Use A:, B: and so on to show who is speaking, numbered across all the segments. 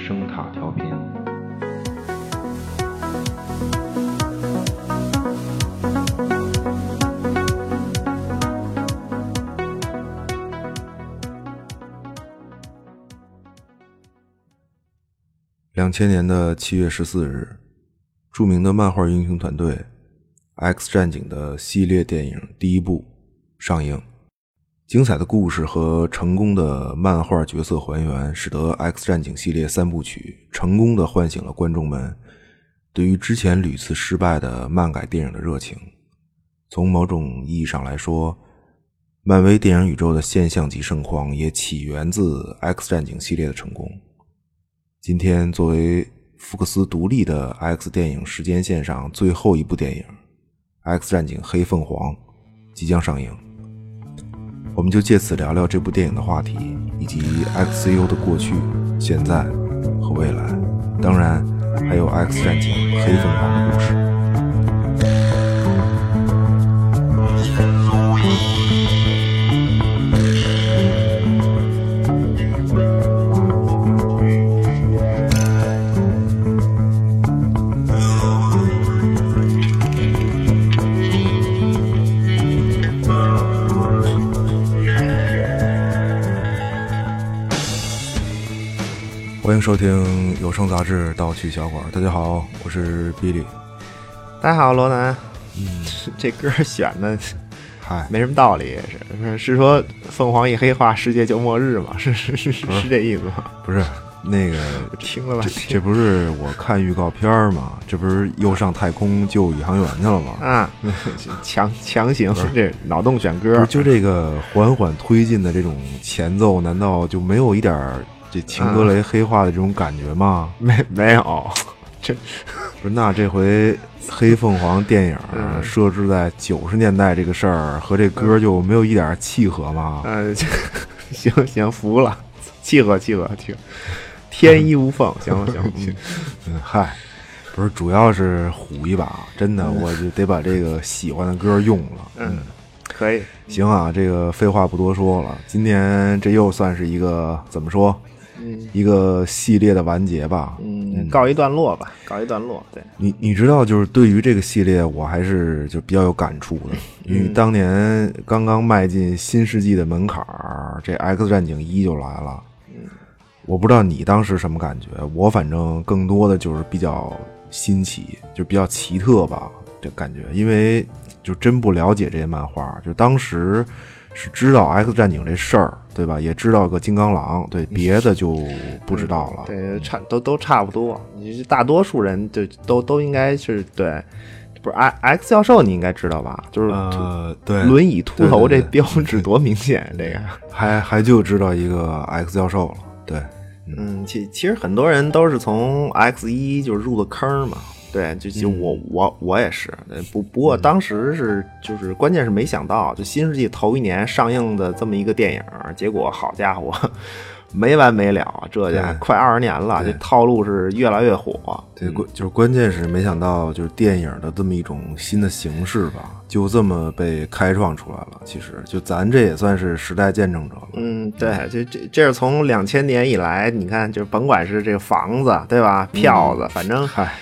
A: 声塔调频。两千年的七月十四日，著名的漫画英雄团队《X 战警》的系列电影第一部上映。精彩的故事和成功的漫画角色还原，使得《X 战警》系列三部曲成功的唤醒了观众们对于之前屡次失败的漫改电影的热情。从某种意义上来说，漫威电影宇宙的现象级盛况也起源自《X 战警》系列的成功。今天，作为福克斯独立的 X 电影时间线上最后一部电影，《X 战警：黑凤凰》即将上映。我们就借此聊聊这部电影的话题，以及 XCU 的过去、现在和未来，当然还有《X 战警：黑凤凰》的故事。欢迎收听有声杂志《盗趣小馆》，大家好，我是 Billy。
B: 大家好，罗南。嗯，这歌选的
A: 嗨，
B: 没什么道理，也是是是说凤凰一黑化，世界就末日嘛？是是是是是这意思吗？
A: 不是那 个，
B: 我听了半天
A: 这不是我看预告片儿吗？这不是又上太空救宇航员去了吗？
B: 啊，强强行这脑洞选
A: 不
B: 歌
A: 是，，就这个缓缓推进的这种前奏，难道就没有一点儿这秦格雷黑化的这种感觉吗？
B: 没没有，这
A: 不是，那这回黑凤凰电影
B: 嗯
A: 儿设置在九十年代这个事儿和这歌就没有一点儿契合吗？
B: 呃， 这行行，服了，契合契合契合，天衣无缝，行了行了，嗯
A: 嗯，嗨，不是，主要是唬一把，真的，
B: 嗯
A: 我就得把这个喜欢的歌用了。嗯，
B: 可以，
A: 行啊，这个废话不多说了，今天这又算是一个怎么说，
B: 嗯
A: 一个系列的完结吧。
B: 嗯，告一段落吧，告一段落，对，
A: 你你知道，就是对于这个系列，我还是就比较有感 触的，因为当年刚刚迈进新世纪的门槛儿，这《X 战警一》就来了。我不知道你当时什么感觉，我反正更多的就是比较新奇，就比较奇特吧，这感觉，因为就真不了解这些漫画，就当时是知道《X 战警》这事儿，对吧？也知道个金刚狼，对别的就不知道了。
B: 嗯对，差都都差不多。你是大多数人就都都应该是对，不是 X X 教授你应该知道吧？就是秃、
A: 呃，对，
B: 轮椅秃头
A: 对
B: 这
A: 对对
B: 标志多明显，啊这个。
A: 还还就知道一个 X 教授了，对，
B: 嗯，其其实很多人都是从 X 一就入的坑嘛。对，就
A: 嗯
B: 就我、我我也是，对不不过当时是就是关键是没想到，就新世纪头一年上映的这么一个电影，结果好家伙， 没完没了，啊这家
A: 对
B: 快二十年了，这套路是越来越火。
A: 对关就是关键是没想到就是电影的这么一种新的形式吧，就这么被开创出来了。其实就咱这也算是时代见证者了，
B: 嗯，对，这这这是从两千年以来，你看，就甭管是这个房子，对吧？票子，反正
A: 嗯嗨，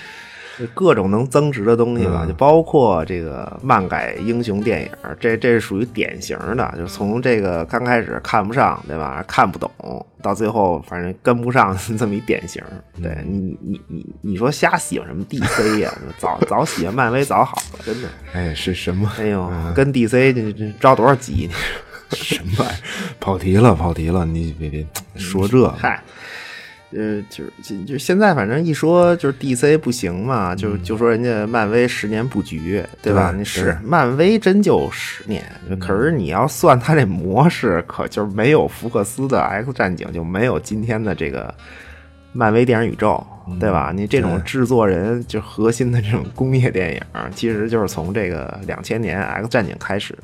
B: 就各种能增值的东西吧，
A: 嗯
B: 就包括这个漫改英雄电影，这这是属于典型的，就从这个刚开始看不上，对吧？看不懂，到最后反正跟不上 这么一典型。对
A: 嗯
B: 你你你你说瞎喜欢什么 DC 呀、 早早喜欢漫威早好了，真的。
A: 哎，是什么
B: 哎呦，
A: 嗯
B: 跟 DC 这这着多少急呢？
A: 什么玩意儿？跑题了，跑题了，你别别说这个，
B: 嗯嗨，呃，就是就就现在，反正一说就是 DC 不行嘛，就就说人家漫威十年布局，对吧？
A: 嗯对对
B: 你
A: 嗯
B: 是漫威真就十年，可是你要算它这模式，可就是没有福克斯的 X 战警，就没有今天的这个漫威电影宇宙，对吧？你这种
A: 嗯对
B: 制作人就核心的这种工业电影，其实就是从这个两千年 X 战警开始的。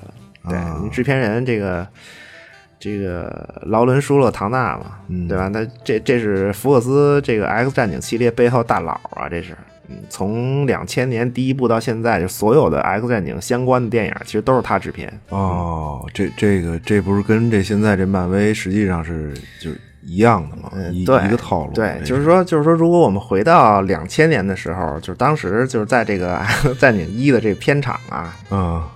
B: 对，
A: 啊
B: 你制片人这个这个劳伦·舒勒·唐纳嘛，
A: 嗯
B: 对吧？那这这是福克斯这个 X 战警系列背后大佬啊，这是。嗯，从两千年第一部到现在，就所有的 X 战警相关的电影，其实都是他制片。
A: 哦，这这个这不是跟这现在这漫威实际上是就是一样的嘛，一一
B: 嗯对
A: 个套路。
B: 对，就是是说，就是说，如果我们回到两千年的时候，就是当时就是在这个 战警一的这个片场啊，
A: 啊，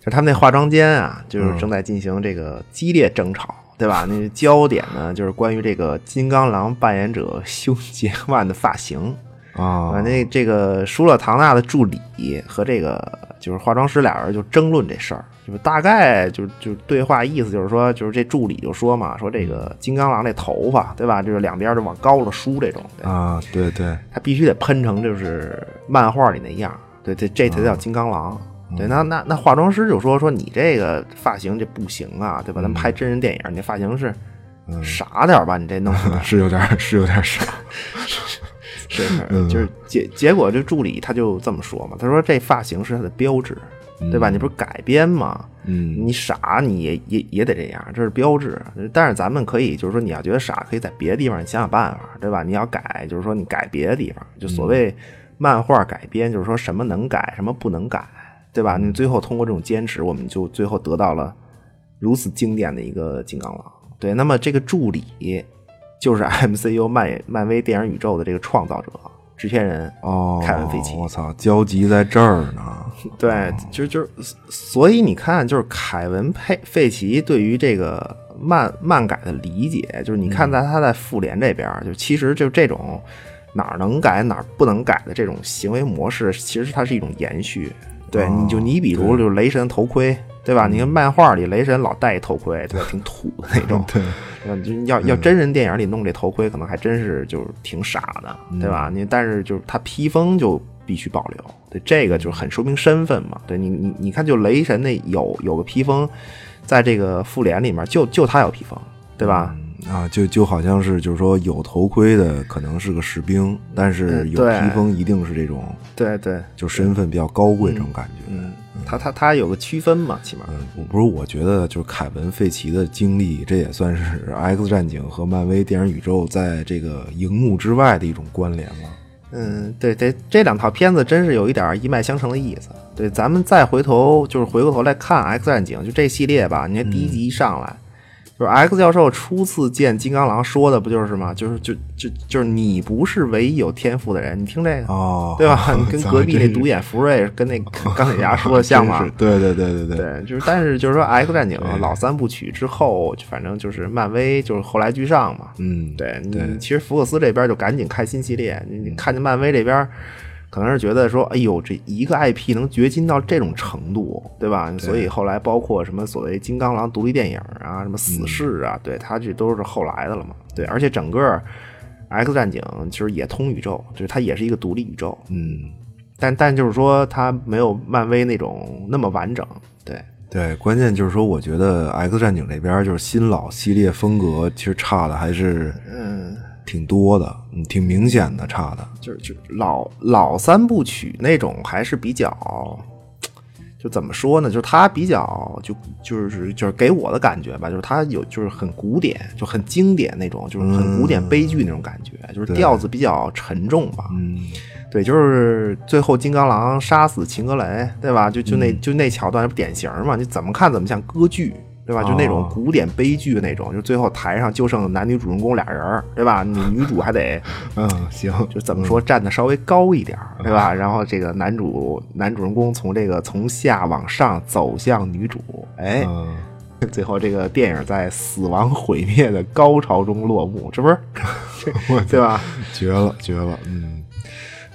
B: 就是他们那化妆间啊，就是正在进行这个激烈争吵，对吧？那焦点呢，就是关于这个金刚狼扮演者修杰克曼的发型
A: 啊，
B: 那这个舒勒唐纳的助理和这个就是化妆师俩人就争论这事儿，就是大概就是就是对话意思就是说，就是这助理就说嘛，说这个金刚狼这头发，对吧？就是两边就往高了梳这种，对
A: 啊，对对，
B: 他必须得喷成就是漫画里那样儿，对对，这才叫金刚狼。对，那那那化妆师就说说你这个发型这不行啊，对吧？咱们拍真人电影，你这发型是傻点儿吧？你这弄的
A: 是有点儿是有点儿傻。
B: 是就是结结果这助理他就这么说嘛，他说这发型是他的标志，对吧？你不是改编吗？
A: 嗯
B: 你傻你也也也得这样，这是标志。但是咱们可以就是说，你要觉得傻，可以在别的地方你想想办法，对吧？你要改，就是说你改别的地方，就所谓漫画改编，就是说什么能改，什么不能改，对吧？你最后通过这种坚持，我们就最后得到了如此经典的一个金刚狼。对，那么这个助理就是 MCU 漫漫威电影宇宙的这个创造者、制片人
A: 哦，
B: 凯文费奇
A: 我操，交集在这儿 呢。
B: 对，就就所以你看，就是凯文佩费奇对于这个漫漫改的理解，就是你看在他在复联这边儿，就其实就这种哪儿能改哪儿不能改的这种行为模式，其实它是一种延续。对，你就你比如就是雷神头盔，对吧？你看漫画里雷神老戴一头盔，对吧？挺土的那种。
A: 对，
B: 嗯，就要要真人电影里弄这头盔，可能还真是就是挺傻的，对吧？你但是就是他披风就必须保留，对这个就是很说明身份嘛。对你你你看，就雷神那有有个披风，在这个复联里面就就他有披风，对吧？
A: 嗯啊，就就好像是就是说有头盔的可能是个士兵，但是
B: 嗯
A: 有
B: 对
A: 披风一定是这种
B: 对对，
A: 就身份比较高贵这种感觉。
B: 嗯，他他他有个区分嘛，起码
A: 嗯，我不是，我觉得就是凯文·费奇的经历，这也算是《X 战警》和漫威电影宇宙在这个荧幕之外的一种关联了。
B: 嗯，对对，这两套片子真是有一点儿一脉相承的意思。对，咱们再回头就是回过头来看《X 战警》，就这系列吧，你看第一集一上
A: 嗯
B: 来，就是 X 教授初次见金刚狼说的不就是吗？就是就就就是你不是唯一有天赋的人，你听这个、
A: 哦，
B: 对吧？你 跟
A: 咱
B: 隔壁
A: 真
B: 那
A: 是
B: 独眼福瑞跟那钢铁侠说的像吗
A: 真是？对对对对对，
B: 对，就是但是就是说《X 战警》老三部曲之后，反正就是漫威就是后来居上嘛，
A: 嗯，
B: 对你
A: 对嗯
B: 其实福克斯这边就赶紧开新系列，你你看见漫威这边，可能是觉得说，哎呦，这一个 IP 能掘金到这种程度，对吧？所以后来包括什么所谓金刚狼独立电影啊，什么
A: 嗯
B: 死侍啊，对，它这都是后来的了嘛。对，而且整个 X 战警其实也通宇宙，就是它也是一个独立宇宙，
A: 嗯，
B: 但但就是说它没有漫威那种那么完整，对。
A: 对，关键就是说，我觉得《X 战警》这边就是新老系列风格，其实差的还是嗯挺多的，嗯挺明显的差的。
B: 就是就是老老三部曲那种还是比较，就怎么说呢？就是它比较就就是就是给我的感觉吧，就是它有就是很古典，就很经典那种，就是很古典悲剧那种感觉，就是调子比较沉重吧。
A: 嗯，
B: 对，就是最后金刚狼杀死秦格雷，对吧？就就那、就那桥段，不典型嘛？你怎么看怎么像歌剧，对吧？就那种
A: 哦
B: 古典悲剧那种，就最后台上就剩男女主人公俩人儿，对吧？你女主还得。
A: 嗯，行，
B: 就怎么说站的稍微高一点，儿，对吧？然后这个男主男主人公从这个从下往上走向女主，哎，
A: 嗯，
B: 最后这个电影在死亡毁灭的高潮中落幕，这不是
A: 我
B: 对吧？
A: 绝了，绝了，嗯。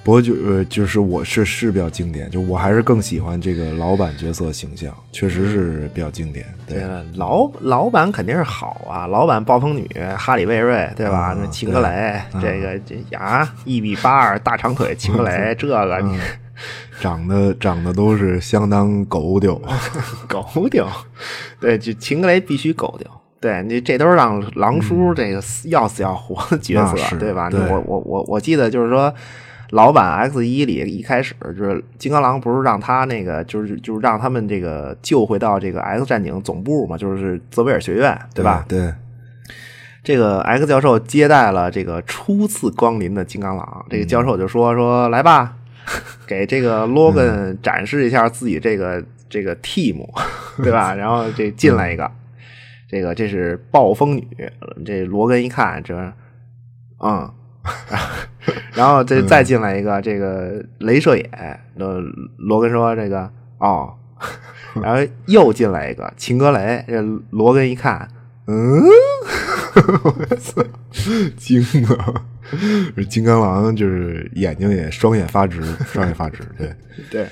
A: 不过就呃，就是我是是比较经典，就我还是更喜欢这个老板角色形象，确实是比较经典。对，
B: 老老版肯定是好啊，老版暴风女哈里·贝瑞，嗯对吧？那秦格雷，这个这啊，一米八二大长腿秦格雷，这个你
A: 长得长得都是相当狗丢。
B: 狗丢，对，就秦格雷必须狗丢。对你这都是让狼叔这个死要死要活的角
A: 嗯那是
B: 色，对吧？
A: 对
B: 我我我我记得就是说，老版 X 一里一开始就是金刚狼不是让他那个就是就是让他们这个救回到这个 X 战警总部嘛，就是泽维尔学院，对吧？
A: 嗯对，
B: 这个 X 教授接待了这个初次光临的金刚狼，这个教授就说说来吧，给这个 Logan 展示一下自己这个这个 team，对吧？然后这进来一个，这个这是暴风女，这罗根一看这，嗯， 然后这再进来一个这个镭射眼，罗罗根说这个哦， 然后又进来一个秦格雷，这罗根一看，嗯，
A: 我操，惊了！这金刚狼就是眼睛也双眼发直，双眼发直，对，
B: 对，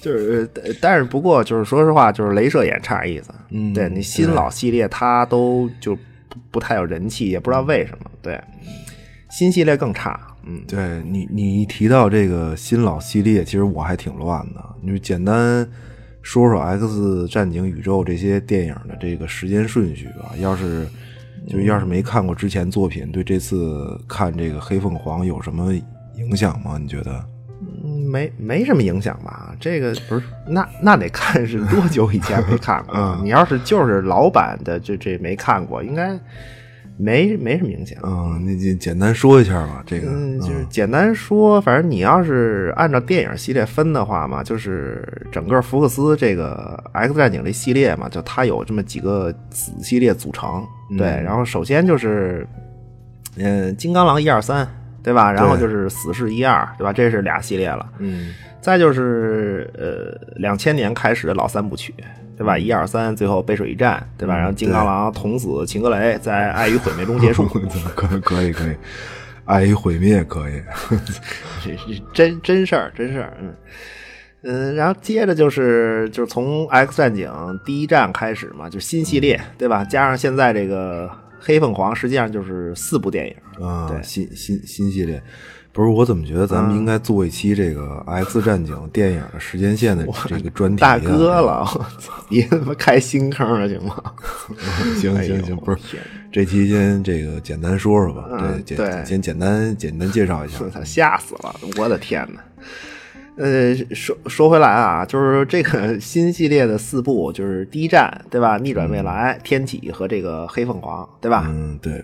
B: 就是，呃但是不过就是说实话，就是镭射眼差点意思。
A: 嗯
B: 对你新老系列它都就不不太有人气，也不知道
A: 嗯
B: 为什么。对，新系列更差。嗯，
A: 对你，你一提到这个新老系列，其实我还挺乱的。你就简单说说《X 战警》宇宙这些电影的这个时间顺序吧。要是就要是没看过之前作品，对这次看这个黑凤凰有什么影响吗？你觉得？
B: 嗯没没什么影响吧？这个不是，那那得看是多久以前没看过。
A: 嗯
B: 你要是就是老版的，这这没看过，应该没没什么影响。
A: 嗯，你你简单说一下吧。这个，
B: 嗯，就是简单说，反正你要是按照电影系列分的话嘛，就是整个福克斯这个 X 战警这系列嘛，就它有这么几个子系列组成。对，
A: 嗯
B: 然后首先就是，嗯、金刚狼一二三，对吧？然后就是死侍一二，对吧？这是俩系列了。
A: 嗯
B: 再就是呃，两千年开始的老三部曲，对吧？一二三，最后背水一战，嗯对吧？然后金刚狼捅死秦格雷，在爱与毁灭中结 束。
A: 可以可以可以，爱与毁灭可以。
B: 这是真真事儿，真事儿，嗯。嗯，然后接着就是就是从 X 战警第一站开始嘛，就新系列
A: 嗯
B: 对吧？加上现在这个黑凤凰，实际上就是四部电影。
A: 啊，
B: 对
A: 新新新系列，不是我怎么觉得咱们应该做一期这个《X 战警》电影的时间线的这个专题、啊
B: 大哥，了，我操！别他妈开新坑了行吗？
A: 行
B: 哎呦
A: 行行，不是
B: 天
A: 这期先这个简单说说吧，
B: 嗯
A: 对
B: 对
A: 简先简单简单介绍一下，
B: 我操，吓死了！我的天呐。呃，说说回来啊，就是这个 新系列的四部，就是第一站对吧？逆转未来、天启和这个黑凤凰对吧？
A: 嗯，对，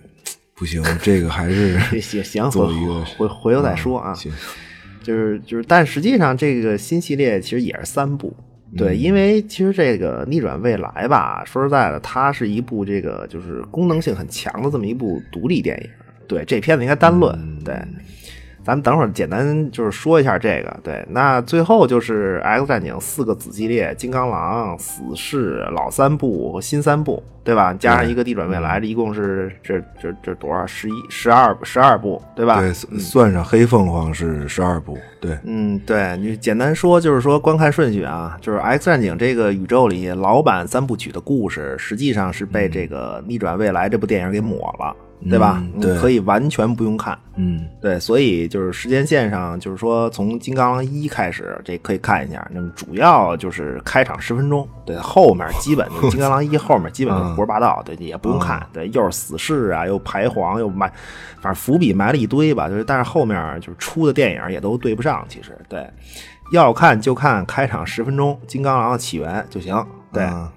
A: 不行，这个还是
B: 行行，
A: 做
B: 回
A: 一个嗯
B: 回回头再说 啊。
A: 行，
B: 就是就是，但实际上这个新系列其实也是三部。对，因为其实这个《逆转未来》吧，说实在的，它是一部这个就是功能性很强的这么一部独立电影。对，这片子应该单论。对，咱们等会儿简单就是说一下这个。对，那最后就是《X 战警》四个子系列：金刚狼、死侍、老三部和新三部，对嗯吧？加上一个《逆转未来》，这一共是这这这多少？十一、十二、十二部，对吧？
A: 对，算算上黑凤凰是十二部，对，
B: 嗯，对，你简单说就是说观看顺序啊，就是《X 战警》这个宇宙里老版三部曲的故事，实际上是被这个《逆转未来》这部电影给抹了，对吧？
A: 嗯
B: 你
A: 对
B: 可以完全不用看。
A: 嗯
B: 对，所以就是时间线上，就是说从《金刚狼一》开始，这可以看一下。那么主要就是开场十分钟，对，后面基本就是《金刚狼一》后面基本就是胡说八道，对，也不用看。对，又是死侍啊，又排皇，又埋，反正伏笔埋了一堆吧。就是但是后面就是出的电影也都对不上，其实对，要看就看开场十分钟《金刚狼的起源》就行。对，
A: 啊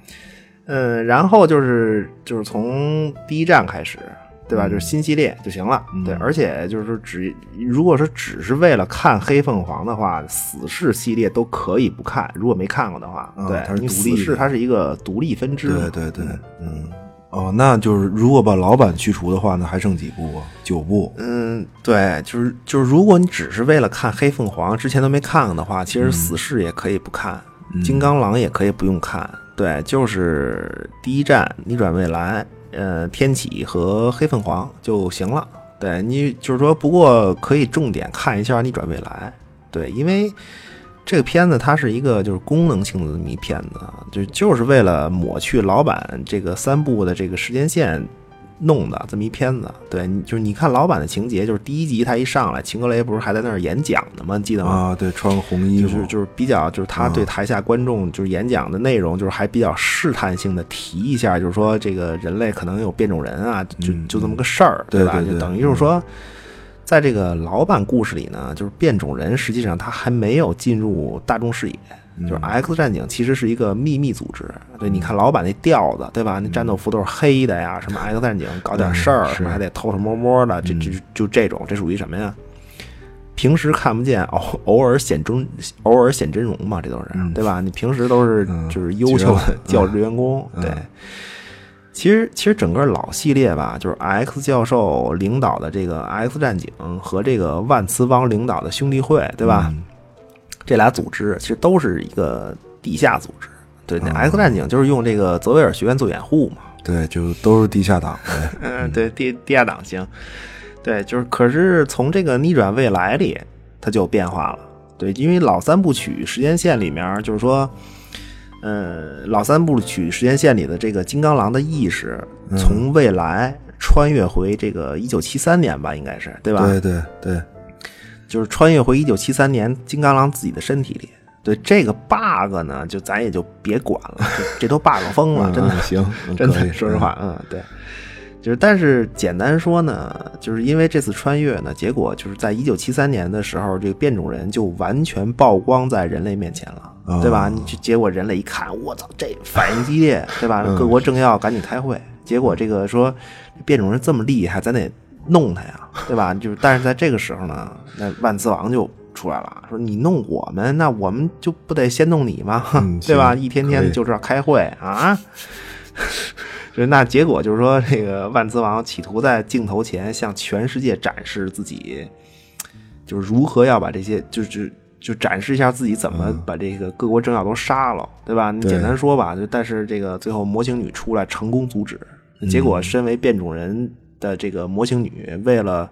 B: 嗯，然后就是就是从第一站开始，对
A: 嗯
B: 吧？就是新系列就行了。对，而且就是说只如果说只是为了看黑凤凰的话，死侍系列都可以不看。如果没看过的话，
A: 啊
B: 对，
A: 它是
B: 因为
A: 独立的
B: 死侍它是一个独立分支嘛。
A: 对对对，嗯。哦，那就是如果把老版去除的话，那还剩几部啊？九部。
B: 嗯，对，就是就是，如果你只是为了看黑凤凰，之前都没看过的话，其实死侍也可以不看，金刚狼也可以不用看。对，就是第一站逆转未来，呃，天启和黑凤凰就行了。对你就是说，不过可以重点看一下逆转未来，对，因为这个片子它是一个就是功能性的这么一片子啊，就就是为了抹去老版这个三部的这个时间线弄的这么一片子。对，你就是你看老版的情节，就是第一集他一上来，秦格雷不是还在那儿演讲呢吗？你记得吗？
A: 啊，对，穿个红衣
B: 就
A: 服，
B: 是就是比较就是他
A: 嗯
B: 对台下观众就是演讲的内容，就是还比较试探性的提一下，就是说这个人类可能有变种人啊，就就这么个事儿，
A: 对
B: 吧？
A: 嗯对对嗯
B: 就等于就是说，在这个老版故事里呢，就是变种人实际上他还没有进入大众视野。
A: 嗯
B: 就是 X 战警其实是一个秘密组织，对，你看老版那调子，对吧？
A: 嗯
B: 那战斗服都是黑的呀，什么 X 战警搞点事儿，什么还得偷偷摸摸的，
A: 嗯
B: 这这就这种，这属于什么呀？平时看不见，偶偶尔显真，偶尔显真容嘛，这都是、对吧？你平时都是
A: 嗯
B: 就是优秀的教职员工，对。其实，其实整个老系列吧，就是 X 教授领导的这个 X 战警和这个万磁王领导的兄弟会，对吧？
A: 嗯
B: 这俩组织其实都是一个地下组织。对，
A: 哦
B: 那 X 战警就是用这个泽维尔学院做掩护嘛。
A: 对，就都是地下党呗。
B: 嗯，对，地地下党行。对，就是，可是从这个逆转未来里，它就有变化了。对，因为老三部曲时间线里面，就是说，呃，老三部曲时间线里的这个金刚狼的意识，
A: 嗯
B: 从未来穿越回这个一九七三年吧，应该是对吧？
A: 对对对，
B: 就是穿越回一九七三年金刚狼自己的身体里。对这个 bug 呢，就咱也就别管了，这这都 bug 疯了，
A: 嗯
B: 真 的。
A: 嗯行，嗯
B: 真
A: 可以
B: 的，说实话，嗯，对，就是，但是简单说呢，就是因为这次穿越呢，结果就是在一九七三年的时候，这个变种人就完全曝光在人类面前了，
A: 哦
B: 对吧？你就结果人类一看，我操，这反应激烈，对吧？
A: 嗯
B: 各国政要赶紧开会，结果这个说变种人这么厉害，咱得弄他呀，对吧？就是，但是在这个时候呢，那万磁王就。出来了，说你弄我们，那我们就不得先弄你吗？
A: 嗯
B: 对吧？
A: 行
B: 一天
A: 可以
B: 天就知道开会啊， 就是那结果就是说，这个万磁王企图在镜头前向全世界展示自己，就是如何要把这些，就是就展示一下自己怎么
A: 嗯
B: 把这个各国政要都杀了，对吧？你
A: 对
B: 简单说吧，就但是这个最后魔形女出来成功阻止，结果身为变种人的这个魔形女为了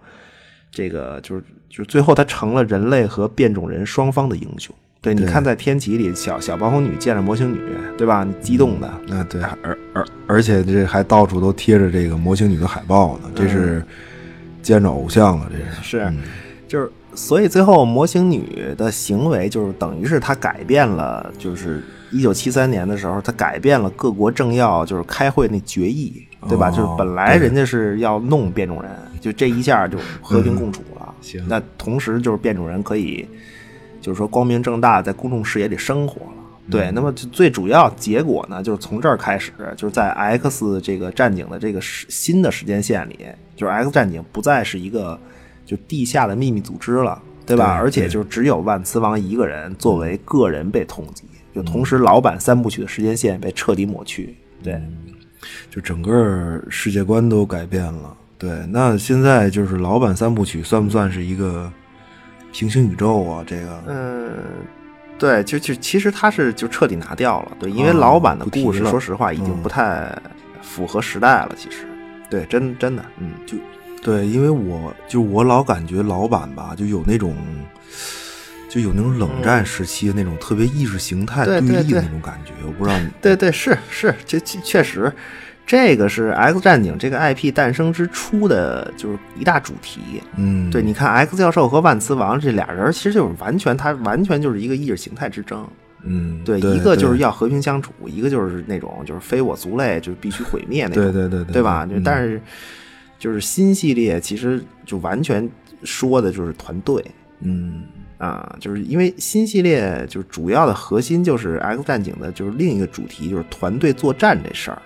B: 这个就是就是最后她成了人类和变种人双方的英雄。对，你
A: 对
B: 看在天启里，小小暴风女见了魔形女，对吧？你激动的，
A: 那对，而而而且这还到处都贴着这个魔形女的海报呢，这是见着偶像了，这是。嗯
B: 嗯是，就是所以最后魔形女的行为就是等于是她改变了，就是一九七三年的时候，她改变了各国政要就是开会那决议，对吧？
A: 哦
B: 就是本来
A: 对
B: 人家是要弄变种人，就这一下就和平共处了。
A: 嗯行
B: 那同时就是变种人可以，就是说光明正大地在公众视野里生活了。
A: 嗯
B: 对，那么就最主要结果呢，就是从这儿开始，就是在 X 这个战警的这个时新的时间线里，就是 X 战警不再是一个就地下的秘密组织了，对吧？
A: 对
B: 而且就是只有万磁王一个人作为个人被通缉，就同
A: 嗯
B: 时老版三部曲的时间线被彻底抹去。对，
A: 就整个世界观都改变了。对，那现在就是老版三部曲算不算是一个平行宇宙啊？这个
B: 嗯，对，就就其实它是就彻底拿掉了，对，因为
A: 哦
B: 老版的
A: 不提
B: 故事，
A: 了
B: 说实话已经
A: 嗯
B: 不太符合时代了。其实，对，真真的，嗯，就
A: 对，因为我就我老感觉老版吧，就有那种就有那种冷战时期的那种特别意识形态
B: 嗯对对
A: 立的
B: 对
A: 那种感觉。我不知道你，
B: 对对是是，这这确实，这个是《X 战警》这个 IP 诞生之初的，就是一大主题。
A: 嗯，
B: 对，你看 X 教授和万磁王这俩人，其实就是完全，他完全就是一个意识形态之争。
A: 嗯，
B: 对，
A: 对，
B: 一个就
A: 对
B: 是要和平相处，一个就是那种就是非我族类，就是必须毁灭那种。
A: 对对对对
B: 对吧？就
A: 嗯
B: 但是就是新系列其实就完全说的就是团队
A: 嗯，
B: 啊，就是因为新系列就是主要的核心就是 X 战警的，就是另一个主题就是团队作战这事儿。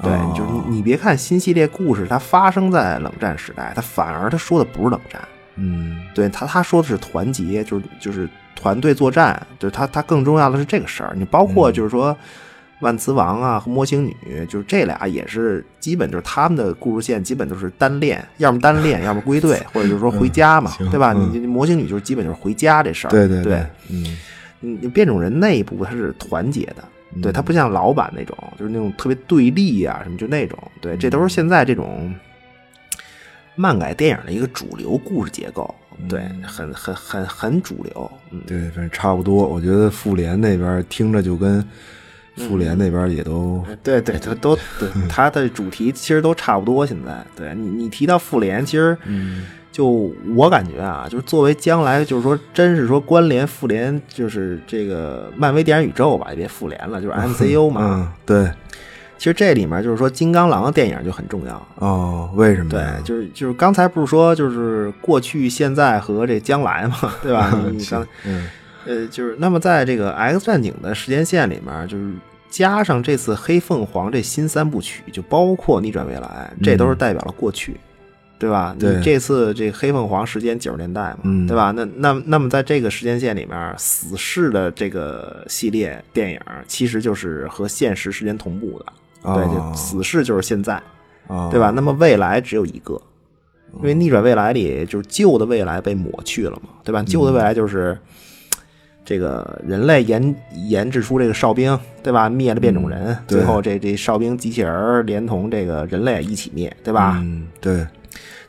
B: 对，
A: 哦
B: 就是你你别看新系列故事它发生在冷战时代，它反而它说的不是冷战，
A: 嗯，
B: 对他他说的是团结，就是就是团队作战，就是他他更重要的是这个事儿。你包括
A: 嗯
B: 就是说万磁王啊和魔形女，就是这俩也是基本就是他们的故事线基本都是单恋，要么单恋，要么归队，或者就是说回家嘛，
A: 嗯行
B: 对吧？
A: 嗯
B: 你你魔形女就是基本就是回家这事儿，
A: 对
B: 对
A: 对，嗯，
B: 你你变种人内部它是团结的，
A: 嗯
B: 对，它不像老版那种，就是那种特别对立啊什么，就那种，对，这都
A: 嗯
B: 是现在这种漫改电影的一个主流故事结构，
A: 嗯
B: 对，很很很很主流，嗯，
A: 对，反正差不多。我觉得复联那边听着就跟
B: 嗯
A: 复联那边也都，
B: 对对，都都对，它的主题其实都差不多。现在，对你你提到复联，其实，就我感觉啊，就是作为将来，就是说，真是说关联复联，就是这个漫威电影宇宙吧，也别复联 了，就是 MCU 嘛，
A: 嗯，对，
B: 其实这里面就是说，金刚狼的电影就很重要。
A: 哦，为什么
B: 对
A: 呀？，
B: 就是就是刚才不是说就是过去、现在和这将来嘛，对吧？ 你你刚
A: 嗯，
B: 呃，就是那么在这个 X 战警的时间线里面，就是加上这次黑凤凰这新三部曲，就包括逆转未来，这都是代表了过去，对吧？
A: 嗯对
B: 你这次这黑凤凰时间九十年代嘛，
A: 嗯
B: 对吧？那那那么在这个时间线里面，死侍的这个系列电影其实就是和现实时间同步的。
A: 啊
B: 对，就死侍就是现在，
A: 啊，哦
B: 对吧？？那么未来只有一个，因为逆转未来里就是旧的未来被抹去了嘛，对吧？旧的未来就是
A: 嗯
B: 这个人类研研制出这个哨兵，对吧？灭了变种人，
A: 嗯对
B: 最后这这哨兵机器人儿连同这个人类一起灭，对吧？
A: 嗯， 对，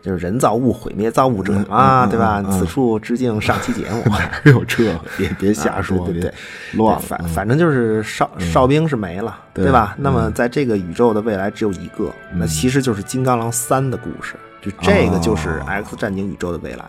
B: 就是人造物毁灭造物者嘛，
A: 嗯嗯
B: 对吧？
A: 嗯嗯
B: 此处致敬上期 节目。
A: 有这个，
B: 别别
A: 瞎说
B: 对
A: 别
B: 对对，
A: 乱了嗯
B: 反反正就是哨哨兵是没了，
A: 对嗯
B: 对吧？那么在这个宇宙的未来只有一个，那其实就是《金刚狼三》的故事，就这个就是
A: 哦
B: 《X 战警》宇宙的未来。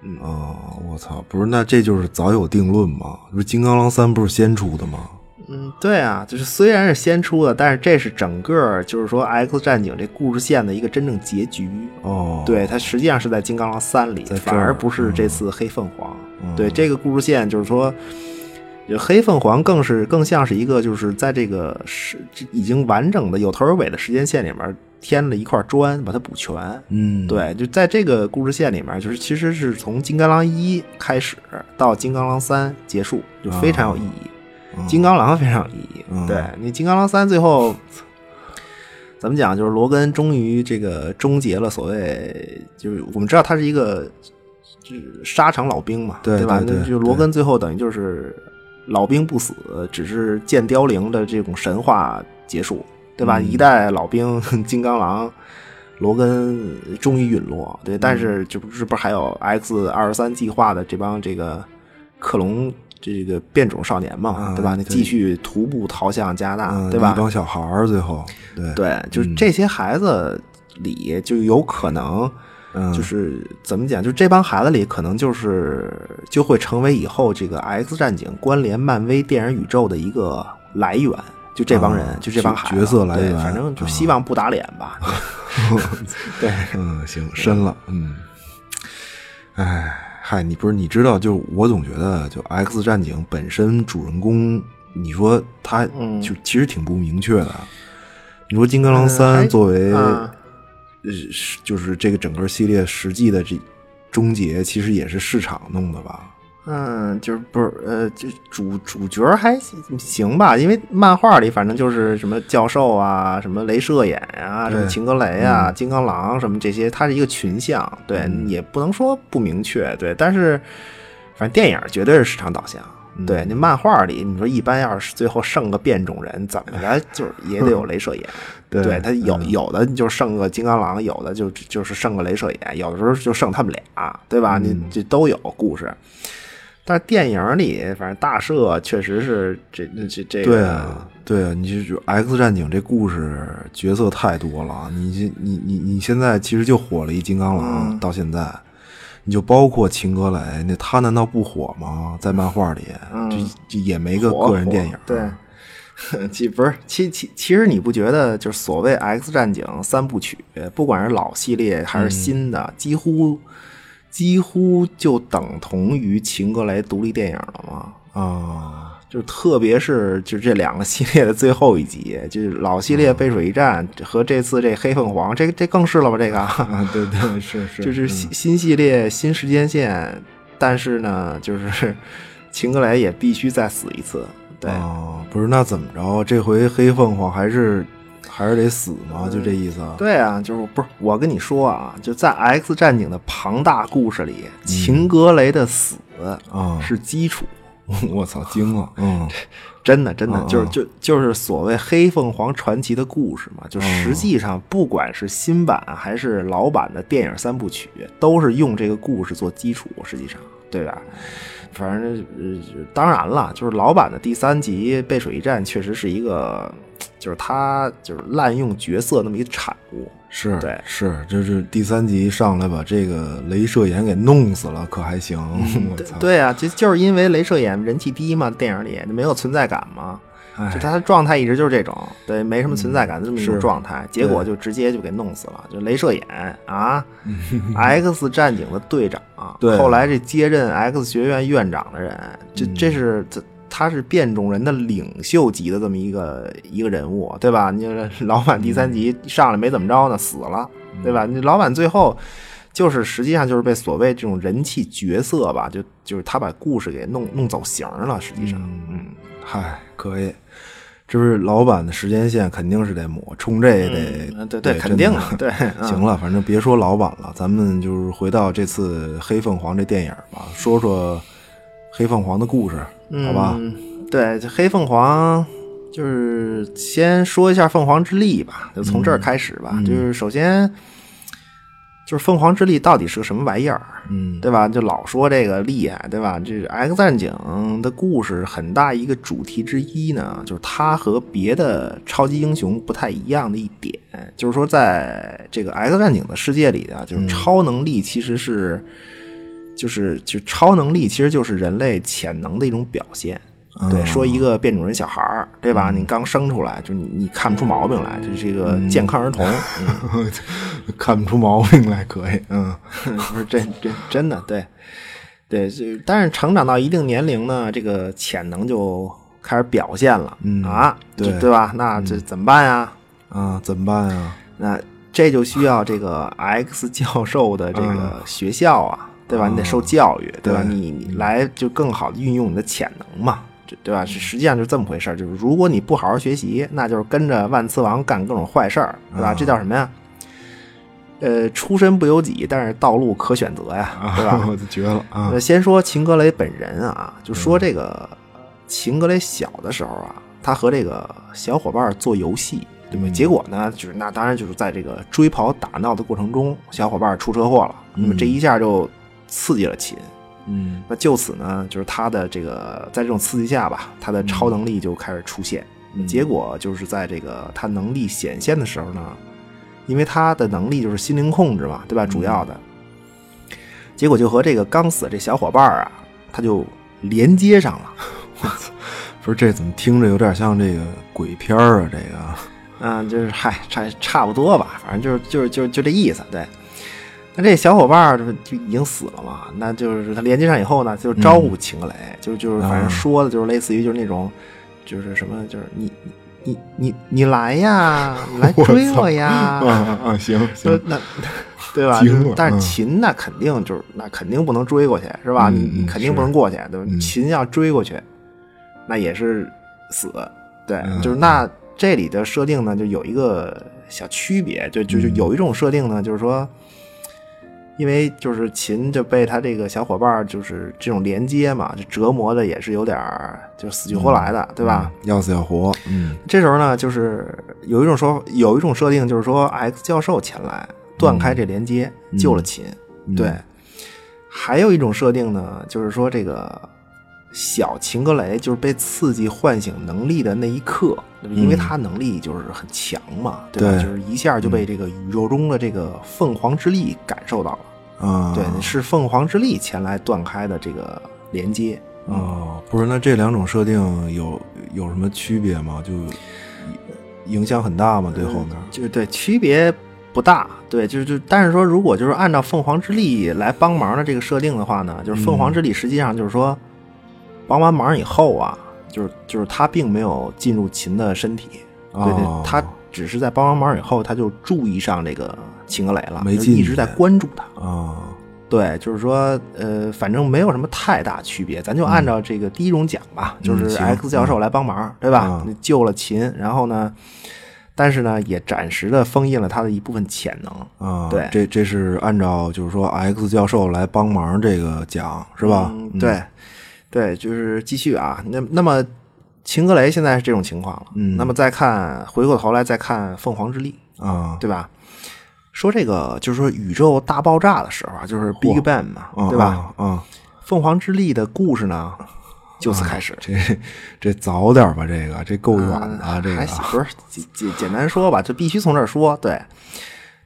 B: 嗯，
A: 哦，我操，不是，那这就是早有定论嘛？不是《金刚狼三》不是先出的吗？
B: 嗯，对啊，就是虽然是先出的，但是这是整个就是说《X 战警》这故事线的一个真正结局。
A: 哦，，
B: 对，它实际上是在《金刚狼三》里，
A: 在这儿嗯
B: 反而不是这次黑凤凰。对，这个故事线就是说，就黑凤凰更是更像是一个就是在这个是这已经完整的有头有尾的时间线里面添了一块砖，把它补全。
A: 嗯，，
B: 对，就在这个故事线里面，就是其实是从《金刚狼一》开始到《金刚狼三》结束，就非常有意义。金刚狼非常有意义。
A: 哦嗯
B: 对你，金刚狼三最后怎么讲？就是罗根终于这个终结了所谓，就是我们知道他是一个就是沙场老兵嘛，
A: 对
B: 吧？
A: 对对
B: 那就罗根最后等于就是老兵不死，只是剑凋零的这种神话结束，对
A: 嗯
B: 吧？一代老兵金刚狼。罗根终于陨落，
A: 嗯
B: 对，但是这不是不是还有 X 二十三计划的这帮这个克隆这个变种少年嘛，
A: 啊
B: 对吧？你
A: 对
B: 继续徒步逃向加拿大，
A: 嗯，
B: 啊对吧
A: 一？帮小孩儿最后，对，嗯
B: 对，就是这些孩子里就有可能，
A: 嗯
B: 就是怎么讲，就这帮孩子里可能就是就会成为以后这个 X 战警关联漫威电影宇宙的一个来源。就这帮人，
A: 啊
B: 就这帮
A: 角
B: 孩子，
A: 角色来
B: 对
A: 源
B: 反正就
A: 啊
B: 希望不打脸 吧。 对，
A: 嗯，行，深了，嗯，哎，嗨，你不是你知道，就我总觉得，就《X 战警》本身主人公，你说他
B: 嗯呃
A: 就其实挺不明确的。你说《金刚狼三
B: 还》
A: 作为
B: 啊
A: 呃是就是这个整个系列实际的这终结，其实也是市场弄的吧？
B: 嗯，就是不是呃，就主主角还行行吧，因为漫画里反正就是什么教授啊，什么镭射眼啊，
A: 对嗯
B: 什么秦格雷啊、金刚狼什么这些，它是一个群像，对，也不能说不明确，对，但是反正电影绝对是市场导向。
A: 嗯
B: 对，那漫画里你说一般要是最后剩个变种人，怎么着就是也得有镭射眼，
A: 嗯 对嗯
B: 对他有有的就剩个金刚狼，有的就就是剩个镭射眼，有的时候就剩他们俩，对吧？你
A: 嗯
B: 这都有故事。但是电影里，反正大赦确实是这这这
A: 对
B: 个，
A: 啊，对啊，你就就 X 战警这故事角色太多了，你这你你你现在其实就火了一金刚狼，
B: 嗯
A: 到现在，你就包括秦格雷，那他难道不火吗？在漫画里，
B: 嗯
A: 这这也没个
B: 火
A: 个人电影
B: 火，对， 其不是其其其实你不觉得就是所谓《X 战警》三部曲，不管是老系列还是新
A: 嗯
B: 的，几乎几乎就等同于秦格雷独立电影了吗？
A: 啊，
B: 就是特别是就这两个系列的最后一集，就是老系列背水一战和这次这黑凤凰，这这更是了吧？这个
A: 对对 是是嗯
B: 啊就是嗯新新系列新时间线，但是呢，就是 秦格雷也必须再死一次。对，
A: 啊，不是那怎么着？这回黑凤凰还是还是得死吗？就这意思啊？
B: 对啊，就是不是我跟你说啊，就在《X 战警》的庞大故事里，秦格雷的死
A: 啊，
B: 是基础。
A: 我操，惊了，嗯，
B: 真的，真的
A: 嗯，
B: 就是
A: 嗯
B: 就就是所谓黑凤凰传奇的故事嘛，
A: 嗯
B: 就实际上不管是新版还是老版的电影三部曲，都是用这个故事做基础，实际上，对吧？反正呃，当然了，就是老版的第三集《背水一战》确实是一个，就是他就是滥用角色那么一个产物，
A: 是，
B: 对
A: 是，就是第三集上来把这个镭射眼给弄死了，可还行？ 我
B: 对
A: 操！
B: 对啊，就就是因为镭射眼人气低嘛，电影里没有存在感嘛，
A: 哎嗯
B: 就他的状态一直就是这种，对，没什么存在感的这么一种
A: 是
B: 状态，结果就直接就给弄死了，就镭射眼 啊，X 战警的队长，
A: 对嗯
B: 后来这接任 X 学院院长的人，这这是这。他是变种人的领袖级的这么一个一个人物，对吧？你这老板第
A: 嗯
B: 三集上来没怎么着呢，死了，对吧？你老板最后就是实际上就是被所谓这种人气角色吧，就就是他把故事给弄弄走形了，实际上，嗯
A: 嗯，嗨，可以。这不是老版的时间线肯定是得抹，冲这也得、
B: 嗯对
A: 对，
B: 肯定
A: 真的
B: 的，嗯对，
A: 行了，反正别说老版了，咱们就是回到这次《黑凤凰》这电影吧，说说黑凤凰的故事，
B: 嗯，
A: 好吧？
B: 嗯，对，这黑凤凰就是先说一下凤凰之力吧，就从这
A: 嗯
B: 儿开始吧。就是首先，就是凤凰之力到底是个什么玩意儿，啊
A: 嗯，
B: 对吧？就老说这个厉害，对吧？这《X 战警》的故事很大一个主题之一呢，就是它和别的超级英雄不太一样的一点，就是说在这个《X 战警》的世界里啊，就是超能力其实是。就是就超能力其实就是人类潜能的一种表现。对，说一个变种人小孩儿，对吧？你刚生出来，就你你看不出毛病来，就是一个健康儿童。
A: 看不出毛病来，可以，嗯，
B: 不是真真真的对，对，是但是成长到一定年龄呢，这个潜能就开始表现了、
A: 嗯
B: 啊，
A: 对嗯
B: 就对吧？那这怎么办呀？
A: 啊，怎么办呀？
B: 那这就需要这个 X 教授的这个学校啊，对吧？你得受教育，对吧？
A: 嗯对嗯
B: 你你来就更好的运用你的潜能嘛，这对吧？是实际上就是这么回事儿，就是如果你不好好学习，那就是跟着万磁王干各种坏事儿，对吧？
A: 嗯
B: 这叫什么呀？呃，出身不由己，但是道路可选择呀，对吧？
A: 我就绝了啊
B: 那！呃先说秦格雷本人啊，就说这个秦格雷小的时候啊，他和这个小伙伴做游戏，对吧？
A: 嗯
B: 结果呢，就是那当然就是在这个追跑打闹的过程中，小伙伴出车祸了，那么这一下就刺激了秦。
A: 嗯
B: 那就此呢，就是他的这个在这种刺激下吧，他的超能力就开始出现。
A: 嗯
B: 结果就是在这个他能力显现的时候呢，因为他的能力就是心灵控制嘛，对
A: 嗯
B: 吧？主要的，结果就和这个刚死的这小伙伴儿啊，他就连接上了。
A: 不是这怎么听着有点像这个鬼片儿啊？这个，
B: 嗯，就是嗨，差差不多吧，反正就是就是就是就这意思。对，那这小伙伴儿就就已经死了嘛，那就是他连接上以后呢，就招
A: 嗯
B: 呼秦格雷，就就是
A: 啊
B: 反正说的就是类似于就是那种，就是什么就是你你你你你来呀， 你 来
A: 我
B: 追
A: 操
B: 我呀，
A: 啊，行
B: 就那对吧？
A: 惊了
B: 就是但
A: 嗯
B: 是秦那肯定就是那肯定不能追过去，是吧？
A: 嗯
B: 你你
A: 嗯
B: 肯定不能过去，对吧？
A: 嗯
B: 秦要追过去，那也是死。对，
A: 嗯
B: 就是那这里的设定呢，就有一个小区别，就
A: 嗯
B: 就就有一种设定呢，就是说。因为就是秦就被他这个小伙伴儿就是这种连接嘛，就折磨的也是有点儿就死去
A: 嗯
B: 活来的，对吧？？
A: 要死要活，嗯
B: 这时候呢，就是有一种说，有一种设定就是说，X 教授前来断开这连接，救了秦。
A: 嗯
B: 对，还有一种设定呢，就是说这个小秦格雷就是被刺激唤醒能力的那一刻，因为他能力就是很强嘛，对吧？
A: 嗯对
B: 就是一下就被这个宇宙中的这个凤凰之力感受到了。
A: 啊，
B: 对，是凤凰之力前来断开的这个连接。
A: 哦，不是，那这两种设定有有什么区别吗？就影响很大吗？对
B: 嗯
A: 后面？
B: 就是对区别不大，对，就是就但是说，如果就是按照凤凰之力来帮忙的这个设定的话呢，就是凤凰
A: 嗯
B: 之力实际上就是说，帮完忙以后啊，就是就是他并没有进入秦的身体，对
A: 哦
B: 对，他只是在帮完忙以后，他就注意上这个秦格雷了，
A: 没
B: 就
A: 进
B: 一直在
A: 去
B: 关注他。
A: 啊，
B: 对，就是说，呃，反正没有什么太大区别，咱就按照这个第一种讲吧，就
A: 嗯
B: 是
A: 行
B: X 教授来帮忙，对吧
A: 啊？
B: 你救了秦，然后呢，但是呢，也暂时的封印了他的一部分潜能，
A: 啊，
B: 对
A: 这这是按照就是说 X 教授来帮忙这个讲是吧？
B: 嗯
A: 嗯，
B: 对，对，就是继续啊。那那么，秦格雷现在是这种情况了，
A: 嗯
B: 那么再看回过头来再看凤凰之力，
A: 啊，
B: 对吧？说这个就是说宇宙大爆炸的时候啊，就是 Big Bang 嘛，
A: 啊
B: 对吧？？
A: 啊啊，
B: 凤凰之力的故事呢，就
A: 嗯
B: 此开始。
A: 这这早点吧，这个这够远的啊，
B: 嗯
A: 这
B: 还
A: 个
B: 行不是简简简单说吧，就必须从这儿说。对，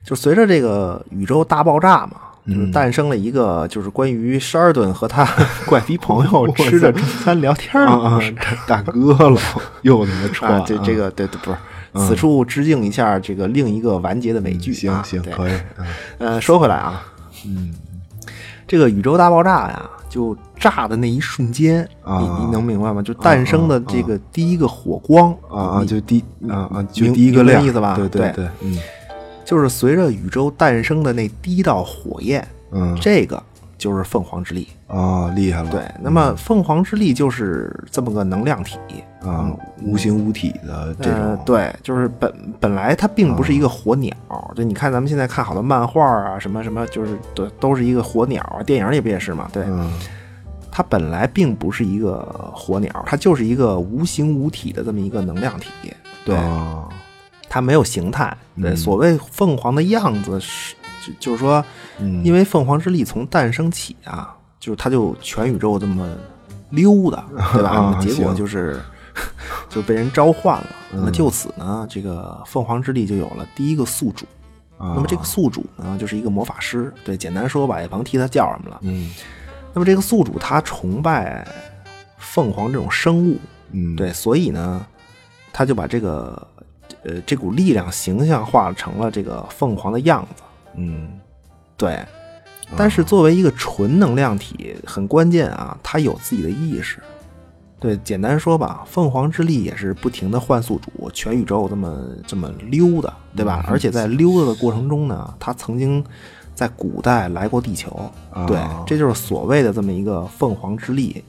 B: 就随着这个宇宙大爆炸嘛，就是
A: 嗯
B: 诞生了一个就是关于沙尔顿 和他怪逼朋
A: 哦
B: 友吃着中餐聊天儿的
A: 啊
B: 故
A: 啊
B: 事，
A: 大哥了， 又他妈串
B: 嗯啊。这这
A: 嗯
B: 个对对不是，此处致敬一下这个另一个完结的美剧啊。
A: 嗯行行
B: 对
A: 可以，
B: 呃，说回来啊，嗯，这个宇宙大爆炸呀，就炸的那一瞬间，
A: 啊
B: 你你能明白吗？就诞生的这个第一个火光
A: 啊啊，
B: 你
A: 就第啊啊就
B: 明
A: 第一个
B: 明白
A: 亮
B: 意思吧
A: 对
B: 对
A: 对，嗯
B: 就是随着宇宙诞生的那第一道火焰，
A: 嗯
B: 这个就是凤凰之力。
A: 啊，厉害了，
B: 对，那么凤凰之力就是这么个能量体，
A: 啊，无形无体的这
B: 呃
A: 种，
B: 对，就是本本来它并不是一个火鸟，
A: 嗯
B: 就你看咱们现在看好多漫画啊，什么什么，就是都都是一个火鸟啊，电影里不也是嘛？对，
A: 嗯
B: 它本来并不是一个火鸟，它就是一个无形无体的这么一个能量体，对，
A: 啊
B: 它没有形态，对，
A: 嗯
B: 所谓凤凰的样子是，就就是说，
A: 嗯
B: 因为凤凰之力从诞生起啊，就是它就全宇宙这么溜 达，对吧？
A: 啊
B: 那么结果
A: 行嗯
B: 就是。就被人召唤了，那么就此呢，这个凤凰之力就有了第一个宿主。
A: 啊，
B: 那么这个宿主呢，就是一个魔法师。对，简单说吧，也甭提他叫什么了。
A: 嗯
B: 那么这个宿主他崇拜凤凰这种生物，
A: 嗯
B: 对，所以呢，他就把这个呃这股力量形象化成了这个凤凰的样子。
A: 嗯
B: 对，但是作为一个纯能量体，很关键啊，它有自己的意识。对，简单说吧，凤凰之力也是不停的换宿主，全宇宙这么这么溜达，对吧？
A: 嗯
B: 而且在溜达的过程中呢，它曾经在古代来过地球，
A: 啊
B: 对，这就是所谓的这么一个凤凰之力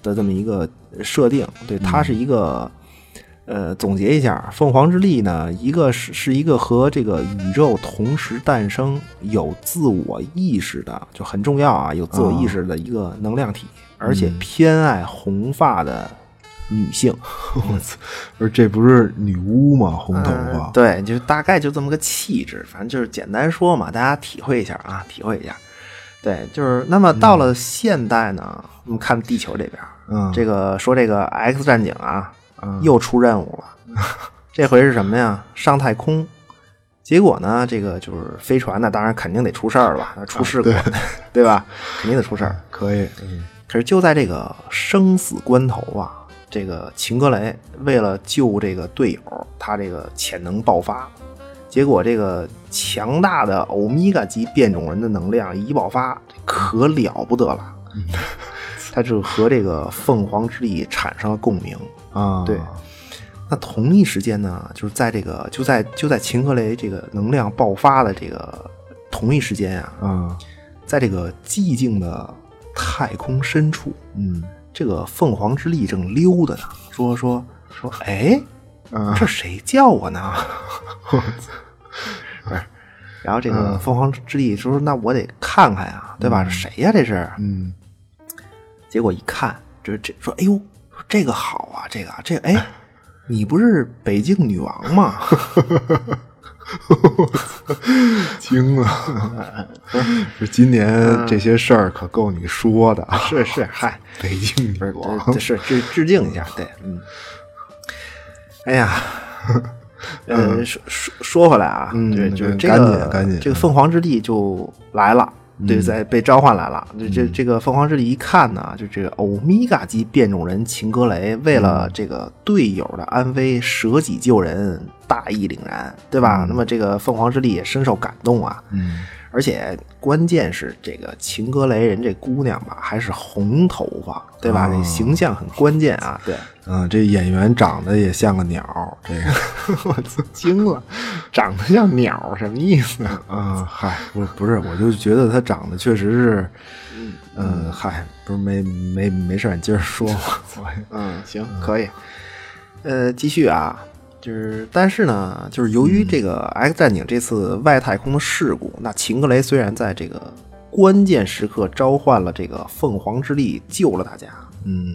B: 的这么一个设定。对，
A: 嗯
B: 它是一个，呃，总结一下，凤凰之力呢，一个是是一个和这个宇宙同时诞生、有自我意识的，就很重要啊，有自我意
A: 嗯
B: 识的一个能量体，而且偏爱红发的女性。
A: 我操，而这不是女巫吗？红头发，
B: 嗯对，就是大概就这么个气质，反正就是简单说嘛，大家体会一下啊，体会一下。对，就是那么到了现代呢，我们看地球这边，
A: 嗯，
B: 这个说这个 X 战警啊，
A: 嗯
B: 又出任务了， 这回是什么呀？上太空。结果呢，这个就是飞船呢，当然肯定得出事儿了吧，出事故，对吧？肯定得出事儿。
A: 可以，嗯
B: 可是就在这个生死关头啊，这个秦格雷为了救这个队友，他这个潜能爆发，结果这个强大的欧米伽级变种人的能量一爆发，可了不得了。他就和这个凤凰之力产生了共鸣。
A: 啊，
B: 对那同一时间呢，就是在这个就在就在秦格雷这个能量爆发的这个同一时间啊，
A: 啊，
B: 在这个寂静的太空深处，
A: 嗯
B: 这个凤凰之力正溜达呢，说说说，哎，
A: 啊
B: 这谁叫我 呢？不是然后这个凤凰之力说：“那我得看看呀，对吧？这谁呀？这是。
A: 嗯”
B: 结果一看，这这说：“哎呦，说这个好啊，这个这个 哎，你不是北境女王吗？
A: 惊了，
B: 嗯
A: 是今年这些事儿可够你说的，啊
B: 是是，嗨，
A: 北京女王
B: 这这是致致敬一下，对，嗯。哎呀，呃，说说说回来啊，
A: 嗯
B: 对，就是
A: 赶
B: 这
A: 紧
B: 个
A: 赶紧嗯
B: 这个凤凰之力就来了。对，在被召唤来了。这
A: 嗯
B: 这这个凤凰之力一看呢，就这个欧米伽级变种人秦格雷，为
A: 嗯
B: 了这个队友的安危，舍己救人，大义凛然，对吧？那么这个凤凰之力也深受感动啊。
A: 嗯
B: 而且关键是这个秦格雷人这姑娘吧，还是红头发，对吧？
A: 哦
B: 这形象很关键啊，对，
A: 啊，这演员长得也像个鸟，这个。
B: 我都惊了，长得像鸟什么意思？
A: 啊，嗨，不不是，我就觉得他长得确实是，嗯、嗨，不是没没没事儿，你接着说 吧。我
B: 嗯，行，可以，呃，继续啊。就是，但是呢，就是由于这个 X 战警这次外太空的事故，那秦格雷虽然在这个关键时刻召唤了这个凤凰之力救了大家，
A: 嗯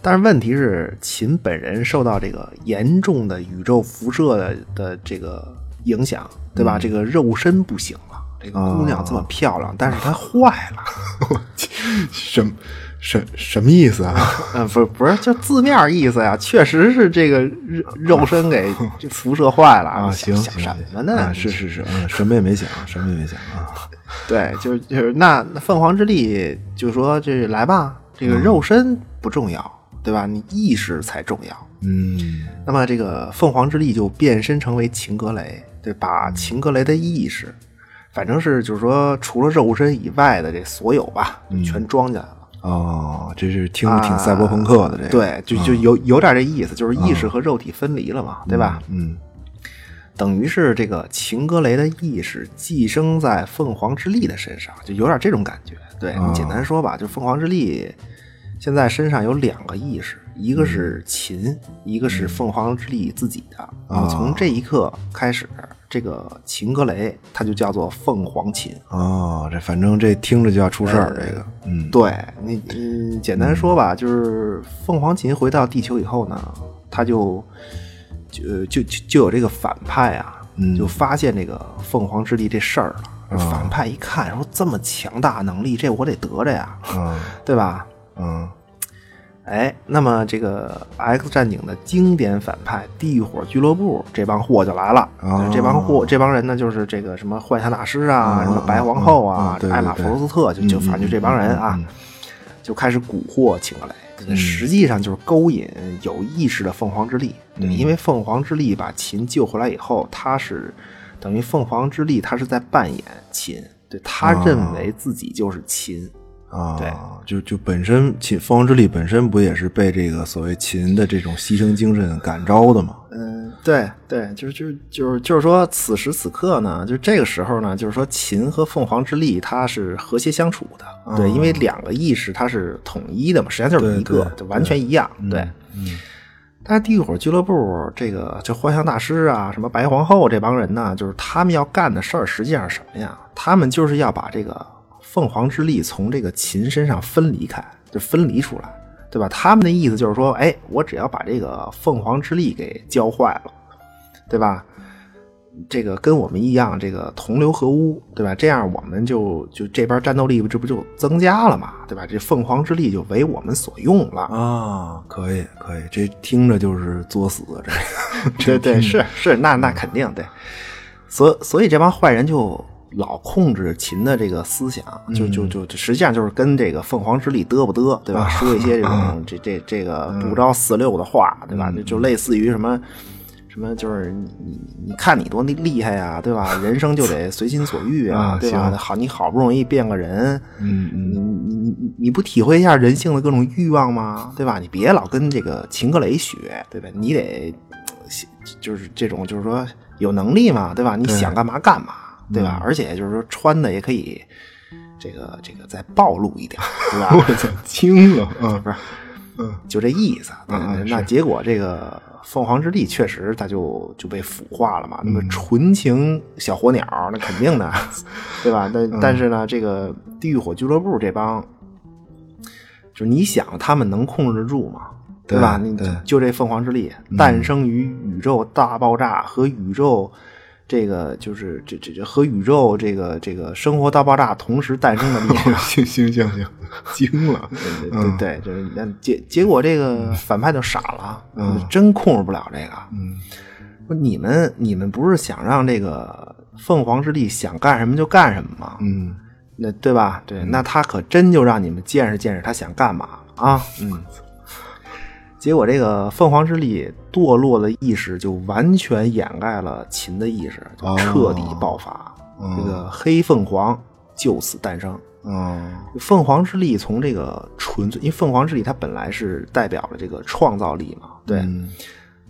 B: 但是问题是，秦本人受到这个严重的宇宙辐射的的这个影响，对
A: 嗯
B: 吧？这个肉身不行了，这个姑娘这么漂
A: 啊
B: 亮，但是她坏了，
A: 什么什什么意思啊？
B: 嗯，不是不是，就字面意思呀，确实是这个肉肉身给这辐射坏了
A: 啊，行，
B: 想
A: 行
B: 想
A: 行
B: 什么呢？
A: 啊，是是是，啊，什么也没想，什么也没想啊。
B: 对，就是就是那那凤凰之力，就说这来吧，这个
A: 嗯
B: 肉身不重要，对吧？你意识才重要。
A: 嗯
B: 那么这个凤凰之力就变身成为秦格雷，对，把秦格雷的意识，反正是就是说除了肉身以外的这所有吧，就全装进来了。
A: 哦，这是听着挺赛博朋克的这个。
B: 对，就就有有点这意思，就是意识和肉体分离了嘛，对吧？
A: 嗯
B: 等于是这个秦格雷的意识寄生在凤凰之力的身上，就有点这种感觉。对
A: 啊
B: 你简单说吧，就凤凰之力现在身上有两个意识，一个是秦，一个是凤凰之力自己的。然后从这一刻开始，这个秦格雷他就叫做凤凰秦。
A: 哦，这反正这听着就要出事儿，这个，嗯，
B: 对你，嗯，简单说吧，就是凤凰琴回到地球以后呢，他就就就就就有这个反派啊，就发现这个凤凰之力这事儿了。反派一看，说这么强大能力，这我得得着呀，
A: 嗯
B: 对吧？
A: 嗯，
B: 哎，那么这个《X 战警》的经典反派地火俱乐部这帮货就来了。啊
A: 哦
B: 这帮货，这帮人呢，就是这个什么幻象大师啊，
A: 嗯
B: 什么白皇后
A: 嗯嗯
B: 啊，
A: 嗯对对
B: 艾玛·弗罗斯特，就就
A: 嗯
B: 反正就这帮人啊，
A: 嗯嗯嗯
B: 就开始蛊惑秦格雷。实际上就是勾引有意识的凤凰之力，
A: 嗯
B: 对，因为凤凰之力把秦救回来以后，他是等于凤凰之力，他是在扮演秦，对他
A: 哦
B: 认为自己就是秦，
A: 啊，
B: 对，
A: 就就本身秦凤凰之力本身不也是被这个所谓秦的这种牺牲精神感召的吗？
B: 嗯，对对，就是就是就是就是说，此时此刻呢，就这个时候呢，就是说秦和凤凰之力它是和谐相处的，
A: 嗯
B: 对，因为两个意识它是统一的嘛，实际上就是一个
A: 对，对
B: 就完全一样，对。
A: 嗯
B: 但是地狱火俱乐部这个这幻象大师啊，什么白皇后这帮人呢，就是他们要干的事儿，实际上是什么呀？他们就是要把这个凤凰之力从这个秦身上分离开，就分离出来，对吧？他们的意思就是说，哎，我只要把这个凤凰之力给教坏了，对吧？这个跟我们一样，这个同流合污，对吧？这样我们就就这边战斗力这不就增加了嘛，对吧？这凤凰之力就为我们所用了。
A: 啊，可以可以，这听着就是作死这个。
B: 对对，是是，那那肯定对。所所以这帮坏人就老控制秦的这个思想，就
A: 嗯
B: 就就就实际上就是跟这个凤凰之力嘚不嘚，对
A: 啊
B: 吧？说一些这种这这这个
A: 嗯
B: 不着四六的话，对吧？就就类似于什么。什么就是你你你看你多厉厉害呀、对吧？人生就得随心所欲啊，
A: 啊
B: 对吧？
A: 行
B: 好，你好不容易变个人，
A: 嗯嗯
B: 你你你你不体会一下人性的各种欲望吗？对吧？你别老跟这个秦格雷学，对吧？你得呃就是这种，就是说有能力嘛，对吧？你想干嘛干嘛，对
A: 嗯
B: 吧？而且就是说穿的也可以，这个这个再暴露一点，对吧？
A: 操，惊了！嗯
B: 不是，就这意思。对
A: 嗯嗯
B: 那结果这个凤凰之力确实它就就被腐化了嘛。那么
A: 嗯
B: 纯情小火鸟，那肯定 的，对吧？但、
A: 嗯
B: 但是呢，这个地狱火俱乐部这帮，就是你想他们能控制住吗？
A: 对
B: 吧？你
A: 对嗯
B: 就这凤凰之力诞生于宇宙大爆炸和宇宙。这个就是这这这和宇宙这个这个生活大爆炸同时诞生的力 量，
A: 行行行行，惊了！
B: 对
A: 嗯
B: 对对，就是那结结果这个反派就傻了，
A: 嗯
B: 真控制不了这个。
A: 嗯
B: 不是你们你们不是想让这个凤凰之力想干什么就干什么吗？
A: 嗯，
B: 那对吧？对，那他可真就让你们见识见识他想干嘛了啊！嗯，结果这个凤凰之力堕落的意识就完全掩盖了秦的意识，就彻底爆发。
A: 哦
B: 这个黑凤凰就此诞生。
A: 哦，
B: 凤凰之力从这个纯粹，因为凤凰之力它本来是代表了这个创造力嘛，对，
A: 嗯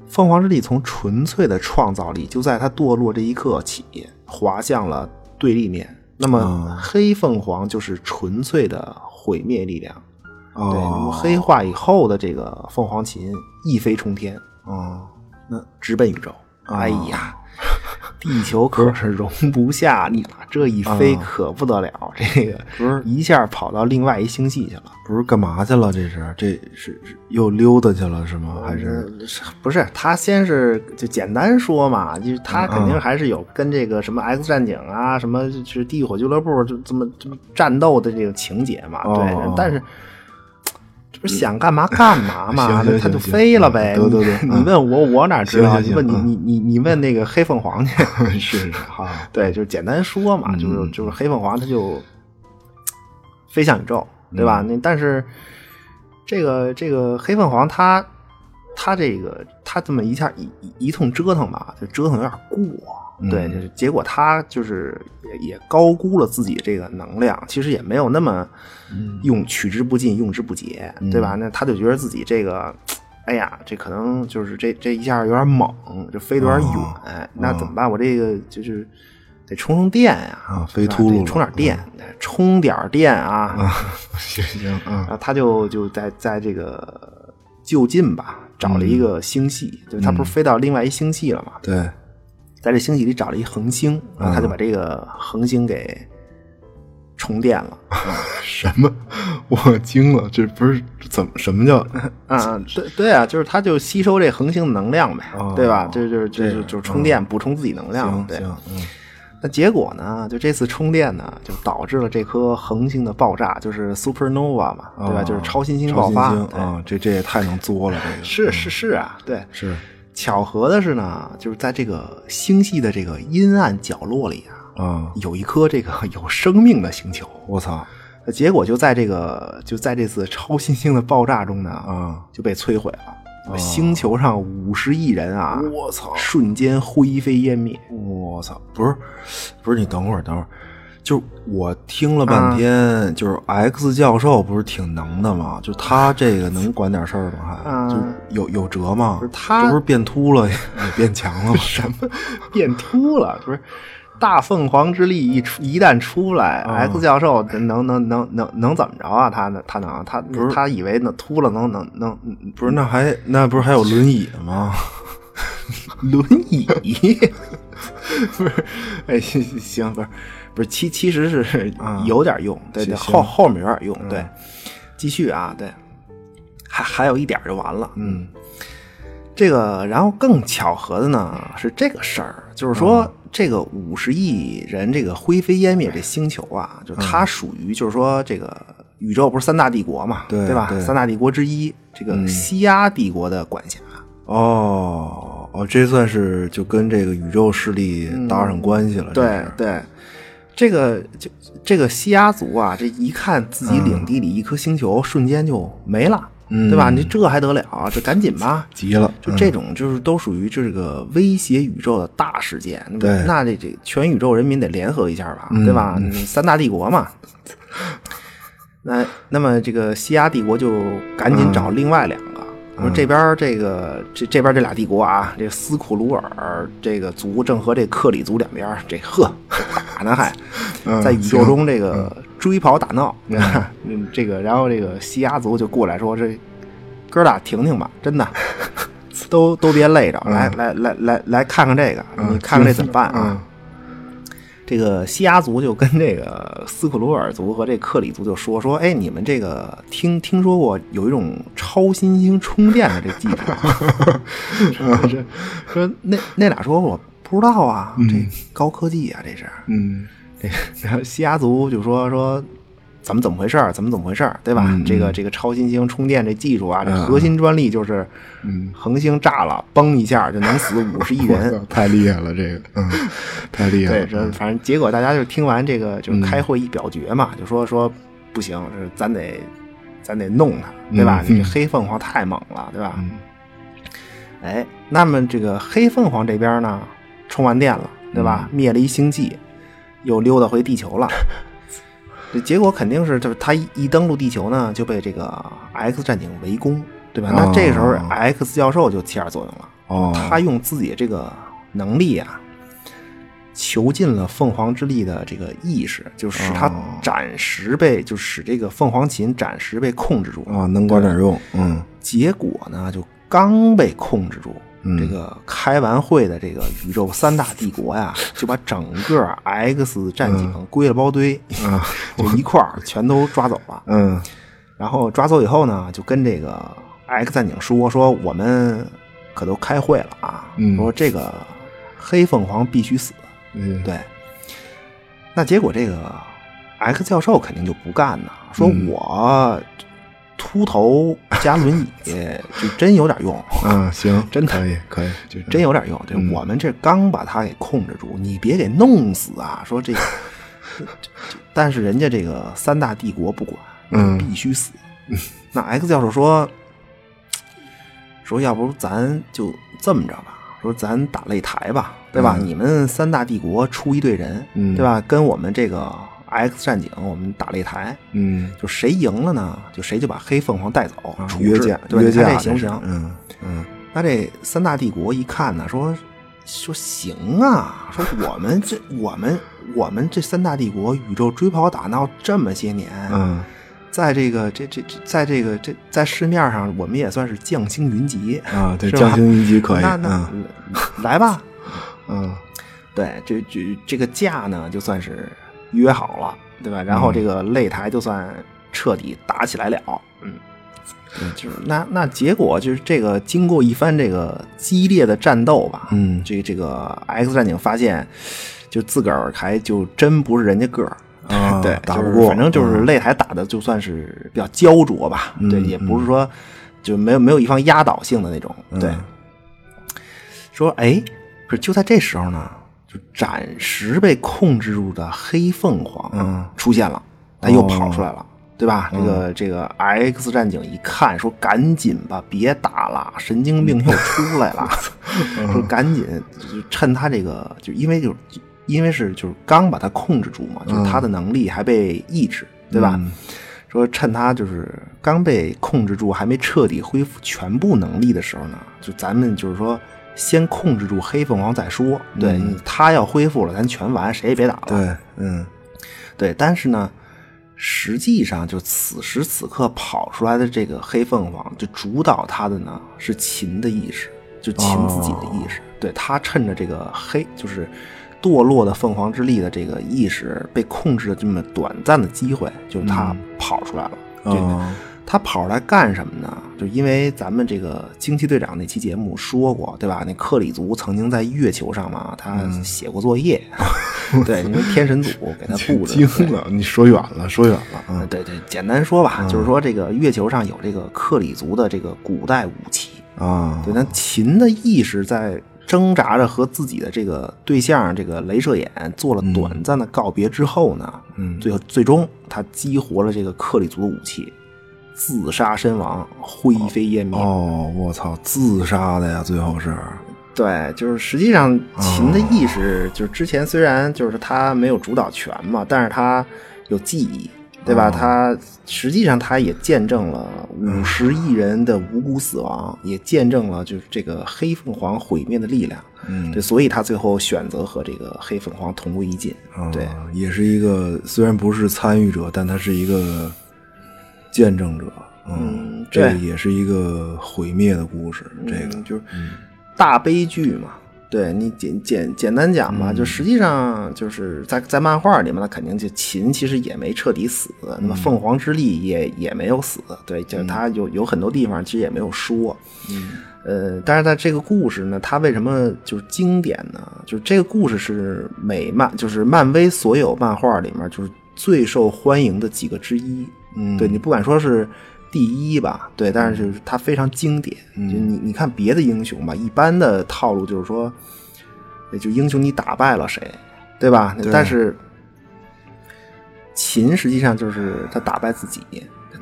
B: 凤凰之力从纯粹的创造力，就在它堕落这一刻起，滑向了对立面。那么
A: 啊
B: 黑凤凰就是纯粹的毁灭力量，对，那么
A: 哦，
B: 黑化以后的这个凤凰琴一飞冲天，
A: 哦，
B: 那直奔宇宙。哎呀，地球可是容不下你了，这一飞
A: 啊
B: 可不得了，这个
A: 不是
B: 一下跑到另外一星系去了。
A: 不是干嘛去了？这是这是是又溜达去了是吗？还是
B: 嗯是不是他先是就简单说嘛，就是他肯定
A: 嗯
B: 还是有跟这个什么 X 战警啊，什么就是地狱火俱乐部就这么这么战斗的这个情节嘛，
A: 哦
B: 对，但是。这不是想干嘛 干嘛嘛，
A: 行行
B: 那他
A: 行
B: 就
A: 行
B: 飞了呗。
A: 嗯得得得
B: 你
A: 嗯
B: 你问我，我哪知道？
A: 行
B: 你
A: 行
B: 问你
A: 行嗯
B: 你你你问那个黑凤凰去。
A: 是是啊，嗯
B: 对，就是简单说嘛，就是就是黑凤凰它就飞向宇宙，对吧？
A: 嗯
B: 那但是这个这个黑凤凰它它这个它这么一下一一一通折腾吧，就折腾有点过。
A: 嗯
B: 对，就是结果它就是也也高估了自己这个能量，其实也没
A: 嗯
B: 有那么用取之不尽、用之不竭，对吧？那他就觉得自己这个哎呀，这可能就是这这一下有点猛，这飞得有点远，
A: 哦
B: 那怎么办？我这个就是得充充电呀、
A: 啊飞秃噜
B: 对吧
A: 了嗯
B: 得充点电，充点儿电啊。
A: 行行
B: 然
A: 啊，
B: 后他就就在在这个就近吧，找了
A: 嗯
B: 一个星系，就他不是飞到另外一星系了嘛，
A: 对，
B: 在这星系里找了一恒星，然
A: 嗯
B: 后他就把这个恒星给充电 了。
A: 什么？ 我惊了，这不是怎么什么 叫
B: 啊，对对啊，就是他就吸收这恒星的能量呗，
A: 哦
B: 对吧？这就是就
A: 这
B: 是
A: 样
B: 就是充电补充自己能量，
A: 行
B: 对。
A: 行，嗯
B: 那结果呢？就这次充电呢，就导致了这颗恒星的爆炸，就是 supernova 嘛，对吧？
A: 啊
B: 就是超新星爆发
A: 超新。星
B: 对
A: 啊，嗯这这也太能作了，这个
B: 是是是啊，对。
A: 是
B: 巧合的是呢，就是在这个星系的这个阴暗角落里啊，
A: 啊，
B: 有一颗这个有生命的星球。
A: 我操
B: 那结果就在这个就在这次超新星的爆炸中呢，
A: 啊，
B: 就被摧毁了。
A: 哦
B: 星球上五十亿人啊，
A: 我操
B: 瞬间灰飞烟灭。
A: 我操，不是不是，你等会儿等会儿。就是我听了半天，
B: 啊
A: 就是 X 教授不是挺能的吗？就他这个能管点事儿吗？还、
B: 啊
A: 就有有辙吗？
B: 不是他
A: 这不是变秃了也 也变强了吗？什么？
B: 变秃了，不是？大凤凰之力一出，一旦出来、x 教授能能能能能怎么着啊？他呢？他能？他他以为那秃了能能能
A: 不是，那还那不是还有轮椅吗？
B: 轮椅？不是？哎，行行行，不是不是，其其实是有点用，对对，
A: 行
B: 后后面有点用，对。继续啊，对，还还有一点就完了，嗯。
A: 嗯
B: 这个，然后更巧合的呢
A: 嗯
B: 是这个事儿，就是说、这个五十亿人这个灰飞烟灭这星球啊，就它属于就是说这个宇宙不是三大帝国嘛，
A: 对
B: 吧
A: 对
B: 三大帝国之一，这个西亚帝国的管辖。
A: 嗯哦哦，这算是就跟这个宇宙势力搭上关系了。这
B: 嗯对
A: 是
B: 对，这个就这个西亚族啊，这一看自己领地里一颗星球瞬间就没了，
A: 嗯
B: 对吧？你这还得了？这赶紧吧，
A: 急了，
B: 就这种就是都属于这个威胁宇宙的大事件。那么
A: 对
B: 那这这全宇宙人民得联合一下吧，对吧？三大帝国嘛。那那么这个西亚帝国就赶紧找另外两个，说这边这个这这边这俩帝国啊，这斯库鲁尔这个族正和这克里族两边儿这呵打呢还，在宇宙中这个追跑打闹， 嗯，这个然后这个西亚族就过来说这哥俩停停吧，真的，都都别累着，来来来来来看看这个，你看看这怎
A: 嗯
B: 么办啊？这个西亚族就跟这个斯库鲁尔族和这克里族就说说，哎，你们这个听听说过有一种超新星充电的这技术吗？说说 说那那俩说我不知道啊，这高科技啊，这是。
A: 嗯
B: 这个然后西雅族就说说怎么怎么回事儿，怎么怎么回事儿，对吧？这个这个超新星充电这技术啊，这核心专利就是，恒星炸了，嘣一下就能死五十 亿人。
A: 嗯，太厉害了，这个，嗯，太厉害
B: 对，
A: 了。嗯
B: 这反正结果大家就听完这个，就是开会一表决嘛，就说说不行，这咱得咱得弄他，对吧？
A: 嗯
B: 你这黑凤凰太猛了，对吧？哎，那么这个黑凤凰这边呢，充完电了，对吧？
A: 嗯
B: 灭了一星际，又溜达回地球了。 这结果肯定是，就是他一一登陆地球呢，就被这个 X 战警围攻，对吧？那这时候
A: 哦
B: X 教授就起点作用了。
A: 哦，
B: 他用自己的这个能力啊，囚禁了凤凰之力的这个意识，就使他暂时被，就使这个凤凰琴暂时被控制住了。
A: 啊，能管点用，嗯
B: 结果呢，就刚被控制住，这个开完会的这个宇宙三大帝国呀，就把整个 X 战警归了包堆，就一块儿全都抓走 了。
A: 嗯
B: 然后抓走以后呢，就跟这个 X 战警说说我们可都开会了啊，
A: 嗯
B: 说这个黑凤凰必须死。
A: 嗯，
B: 对，那结果这个 X 教授肯定就不干呐，说
A: 嗯
B: 我秃头加轮椅 就真有点用，
A: 嗯，行，
B: 真的
A: 可以可以，就
B: 真有点用。对，我们这刚把他给控制住，你别给弄死啊！说这个 这，这但是人家这个三大帝国不管，
A: 嗯
B: 必须死。 那 X 教授说，说要不咱就这么着吧，说咱打擂台吧，对吧？你们三大帝国出一队人，
A: 嗯
B: 对吧？跟我们这个 X 战警，我们打擂台，
A: 嗯，
B: 就谁赢了呢，就谁就把黑凤凰带走，啊处
A: 啊约
B: 置
A: 架
B: 对，
A: 约
B: 你看
A: 架
B: 这行不
A: 是
B: 行？
A: 嗯嗯，
B: 那这三大帝国一看呢，说说行啊，说我们这我们我们这三大帝国宇宙追跑打闹这么些年，
A: 嗯，
B: 在这个这这这在这个这在市面上，我们也算是将星云集
A: 啊，对，
B: 是吧
A: 将星云集可以，
B: 那那、
A: 嗯
B: 来吧，
A: 嗯
B: 对，这这这个架呢，就算是约好了，对吧？然
A: 嗯
B: 后这个擂台就算彻底打起来了，嗯，对就是那那结果就是这个经过一番这个激烈的战斗吧，
A: 嗯
B: 这这个 X 战警发现，就自个儿还就真不是人家个儿。
A: 啊
B: 对，
A: 打
B: 就是
A: 不过
B: 反正就是擂台打的就算是比较焦灼吧，
A: 嗯
B: 对，也不是说就没有没有一方压倒性的那种，
A: 嗯
B: 对，说哎，可是就在这时候呢，就暂时被控制住的黑凤
A: 嗯
B: 凰出现了，它又跑出来了。对吧？这
A: 嗯
B: 个这个 X 战警一看，说赶紧吧，别打了，神经病又出来 了，
A: 嗯
B: 说赶紧就趁他这个，就因为就因为是就是刚把他控制住嘛，
A: 嗯
B: 就是他的能力还被抑制，对吧？说趁他就是刚被控制住，还没彻底恢复全部能力的时候呢，就咱们就是说先控制住黑凤凰再说。对、他要恢复了，咱全完，谁也别打了。
A: 嗯对，嗯
B: 对，但是呢，实际上就此时此刻跑出来的这个黑凤凰，就主导它的呢是秦的意识，就秦自己的意识。对他趁着这个黑，就是堕落的凤凰之力的这个意识被控制的这么短暂的机会，就是他跑出来了。对。
A: 啊
B: 他跑出来干什么呢？就因为咱们这个惊奇队长那期节目说过，对吧？那克里族曾经在月球上嘛，他写过作业，对，因为天神组给他布置
A: 惊了，你说远了，说远了，
B: 呃
A: 嗯
B: 对对，简单说吧，就是说这个月球上有这个克里族的这个古代武器。
A: 啊，
B: 对，那秦的意识在挣扎着和自己的这个对象这个镭射眼做了短暂的告别之后呢，
A: 嗯
B: 最后最终他激活了这个克里族的武器，自杀身亡，灰飞烟灭。
A: 哦，我操，自杀的呀，最后是，
B: 对，就是实际上秦
A: 哦
B: 的意识，就是之前虽然就是他没有主导权嘛，但是他有记忆，对
A: 哦
B: 吧？他实际上他也见证了
A: 嗯
B: 五十亿人的无辜死亡，也见证了就是这个黑凤凰毁灭的力量。
A: 嗯
B: 对，所以他最后选择和这个黑凤凰同归于尽。
A: 啊
B: 对，
A: 也是一个虽然不是参与者，但他是一个见证者，嗯
B: 嗯，
A: 这
B: 对
A: 也是一个毁灭的故事，这个
B: 嗯就是大悲剧嘛。对你简简简单讲吧，就实际上就是在在漫画里面，那肯定就秦其实也没彻底死，那么凤凰之力也也没有死，对，就是他有有很多地方其实也没有说，呃，但是在这个故事呢，它为什么就是经典呢？就是这个故事是美漫，就是漫威所有漫画里面就是最受欢迎的几个之一。嗯，对你不敢说是第一吧，对，但是就是它非常经典。就你你看别的英雄吧，一般的套路就是说，也就英雄你打败了谁，对吧？
A: 对
B: 但是秦实际上就是他打败自己。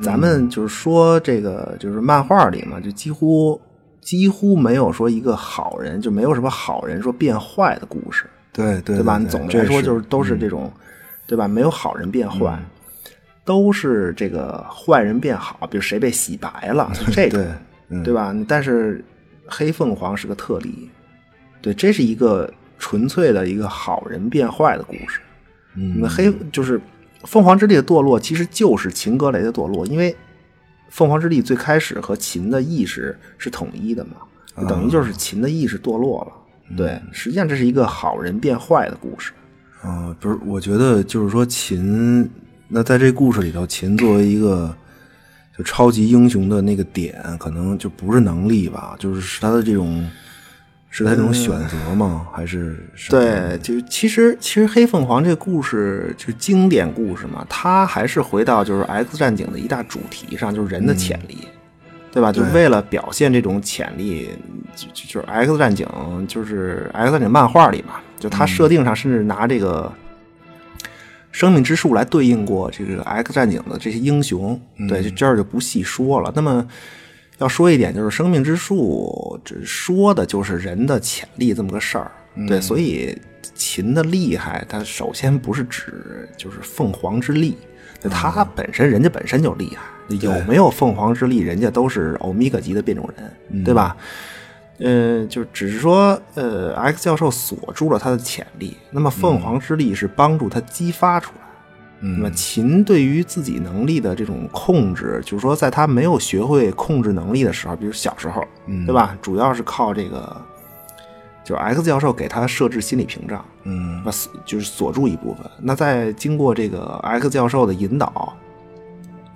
B: 咱们就是说这个就是漫画里嘛，就几乎几乎没有说一个好人，就没有什么好人说变坏的故事，
A: 对对嗯
B: 对吧？你总的来说就是都是这
A: 种
B: 种，对吧？没有好人变坏。都是这个坏人变好，比如谁被洗白了，就这 种，
A: 对嗯
B: 对吧？但是黑凤凰是个特例，对，这是一个纯粹的一个好人变坏的故事。
A: 嗯
B: 那黑就是凤凰之力的堕落，其实就是秦格雷的堕落，因为凤凰之力最开始和秦的意识是统一的嘛，就等于就是秦的意识堕落了。
A: 嗯
B: 对，实际上这是一个好人变坏的故事。
A: 啊，不是，我觉得就是说秦，那在这故事里头，秦作为一个就超级英雄的那个点，可能就不是能力吧，就是是他的这种，是他这种选择吗？还是什么
B: 嗯对，就其实其实黑凤凰这个故事就是经典故事嘛，它还是回到就是 X 战警的一大主题上，就是人的潜力，
A: 嗯
B: 对吧？就为了表现这种潜力，就就就是 X 战警，就是 X 战警漫画里嘛，就
A: 嗯
B: 它设定上甚至拿这个。生命之树来对应过这个 X 战警的这些英雄，对，就这儿就不细说了。那么要说一点，就是生命之树，这说的就是人的潜力这么个事儿，对，所以秦的厉害，它首先不是指就是凤凰之力，就它本身人家本身就厉害，有没有凤凰之力，人家都是欧米伽级的变种人，对吧？嗯，就只是说，呃，X 教授锁住了他的潜力，那么凤凰之力是帮助他激发出来。
A: 嗯
B: 那么秦对于自己能力的这种控制，就是说，在他没有学会控制能力的时候，比如小时候，对吧？主要是靠这个，就是 X 教授给他设置心理屏障，
A: 嗯
B: 那锁就是锁住一部分。那在经过这个 X 教授的引导，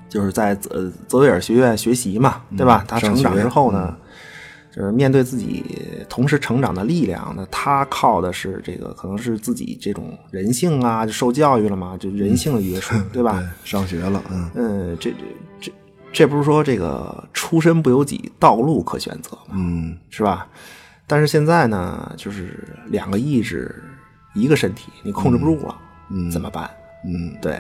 B: 就是在泽泽维尔学院学习嘛，对吧？他成长之后呢，就是面对自己同时成长的力量，那他靠的是这个，可能是自己这种人性啊，就受教育了嘛，就人性的约束，对吧？
A: 上学了，嗯
B: 嗯，这这这这不是说这个出身不由己，道路可选择嘛，
A: 嗯
B: 是吧？但是现在呢，就是两个意志，一个身体，你控制不住了，
A: 嗯
B: 怎么办？
A: 嗯
B: 对，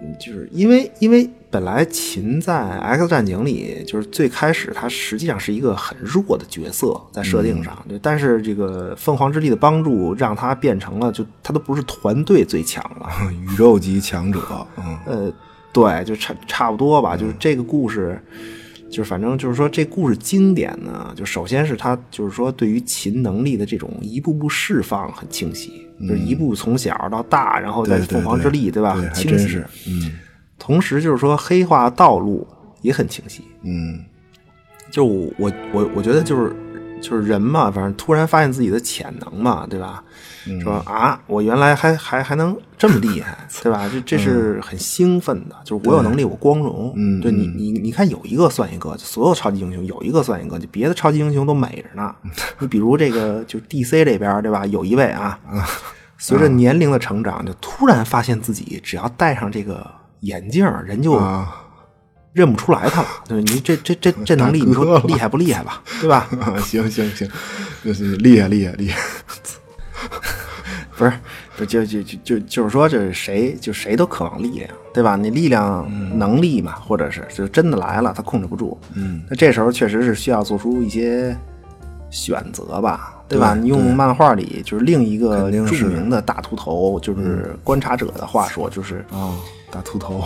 B: 嗯就是因为因为本来秦在《X 战警》里，就是最开始他实际上是一个很弱的角色，在设定上，
A: 嗯
B: 对但是这个凤凰之力的帮助，让他变成了就他都不是团队最强了，
A: 宇宙级强者，嗯
B: 呃，对，就差差不多吧。就是这个故事，就是反正就是说这故事经典呢，就首先是他就是说对于秦能力的这种一步步释放很清晰，就是一步从小到大，然后
A: 对
B: 在
A: 嗯对
B: 凤凰之力，
A: 对
B: 吧？
A: 对
B: 很
A: 还
B: 清
A: 真
B: 晰
A: 是。，嗯
B: 同时就是说黑化道路也很清晰。
A: 嗯
B: 就我我我我觉得就是就是人嘛，反正突然发现自己的潜能嘛，对吧？说
A: 嗯
B: 啊，我原来还还还能这么 厉害，对吧？这这是很兴奋的，就是我有能力，我光荣。
A: 嗯
B: 对你你你看，有一个算一个，就所有超级英雄有一个算一个，就别的超级英雄都 美着呢。你比如这个就是 DC 这边对吧？有一位啊，
A: 嗯
B: 随着年龄的成长，就突然发现自己只要戴上这个眼镜儿，人就
A: 啊，
B: 认不出来他了。对你这这这这能力，
A: 大
B: 你
A: 哥
B: 说
A: 了
B: 厉害不厉害吧？对吧？
A: 行行行，就是厉害厉害厉害，
B: 不是，不就就就就就是说，这谁就谁都渴望力量，对吧？你力量、能力嘛，或者是就真的来了，他控制不住。
A: 嗯，
B: 那这时候确实是需要做出一些选择吧，对吧？你用漫画里就是另一个
A: 肯定
B: 著
A: 是
B: 名的大秃头，就是观察者的话说，就是
A: 啊，大秃头，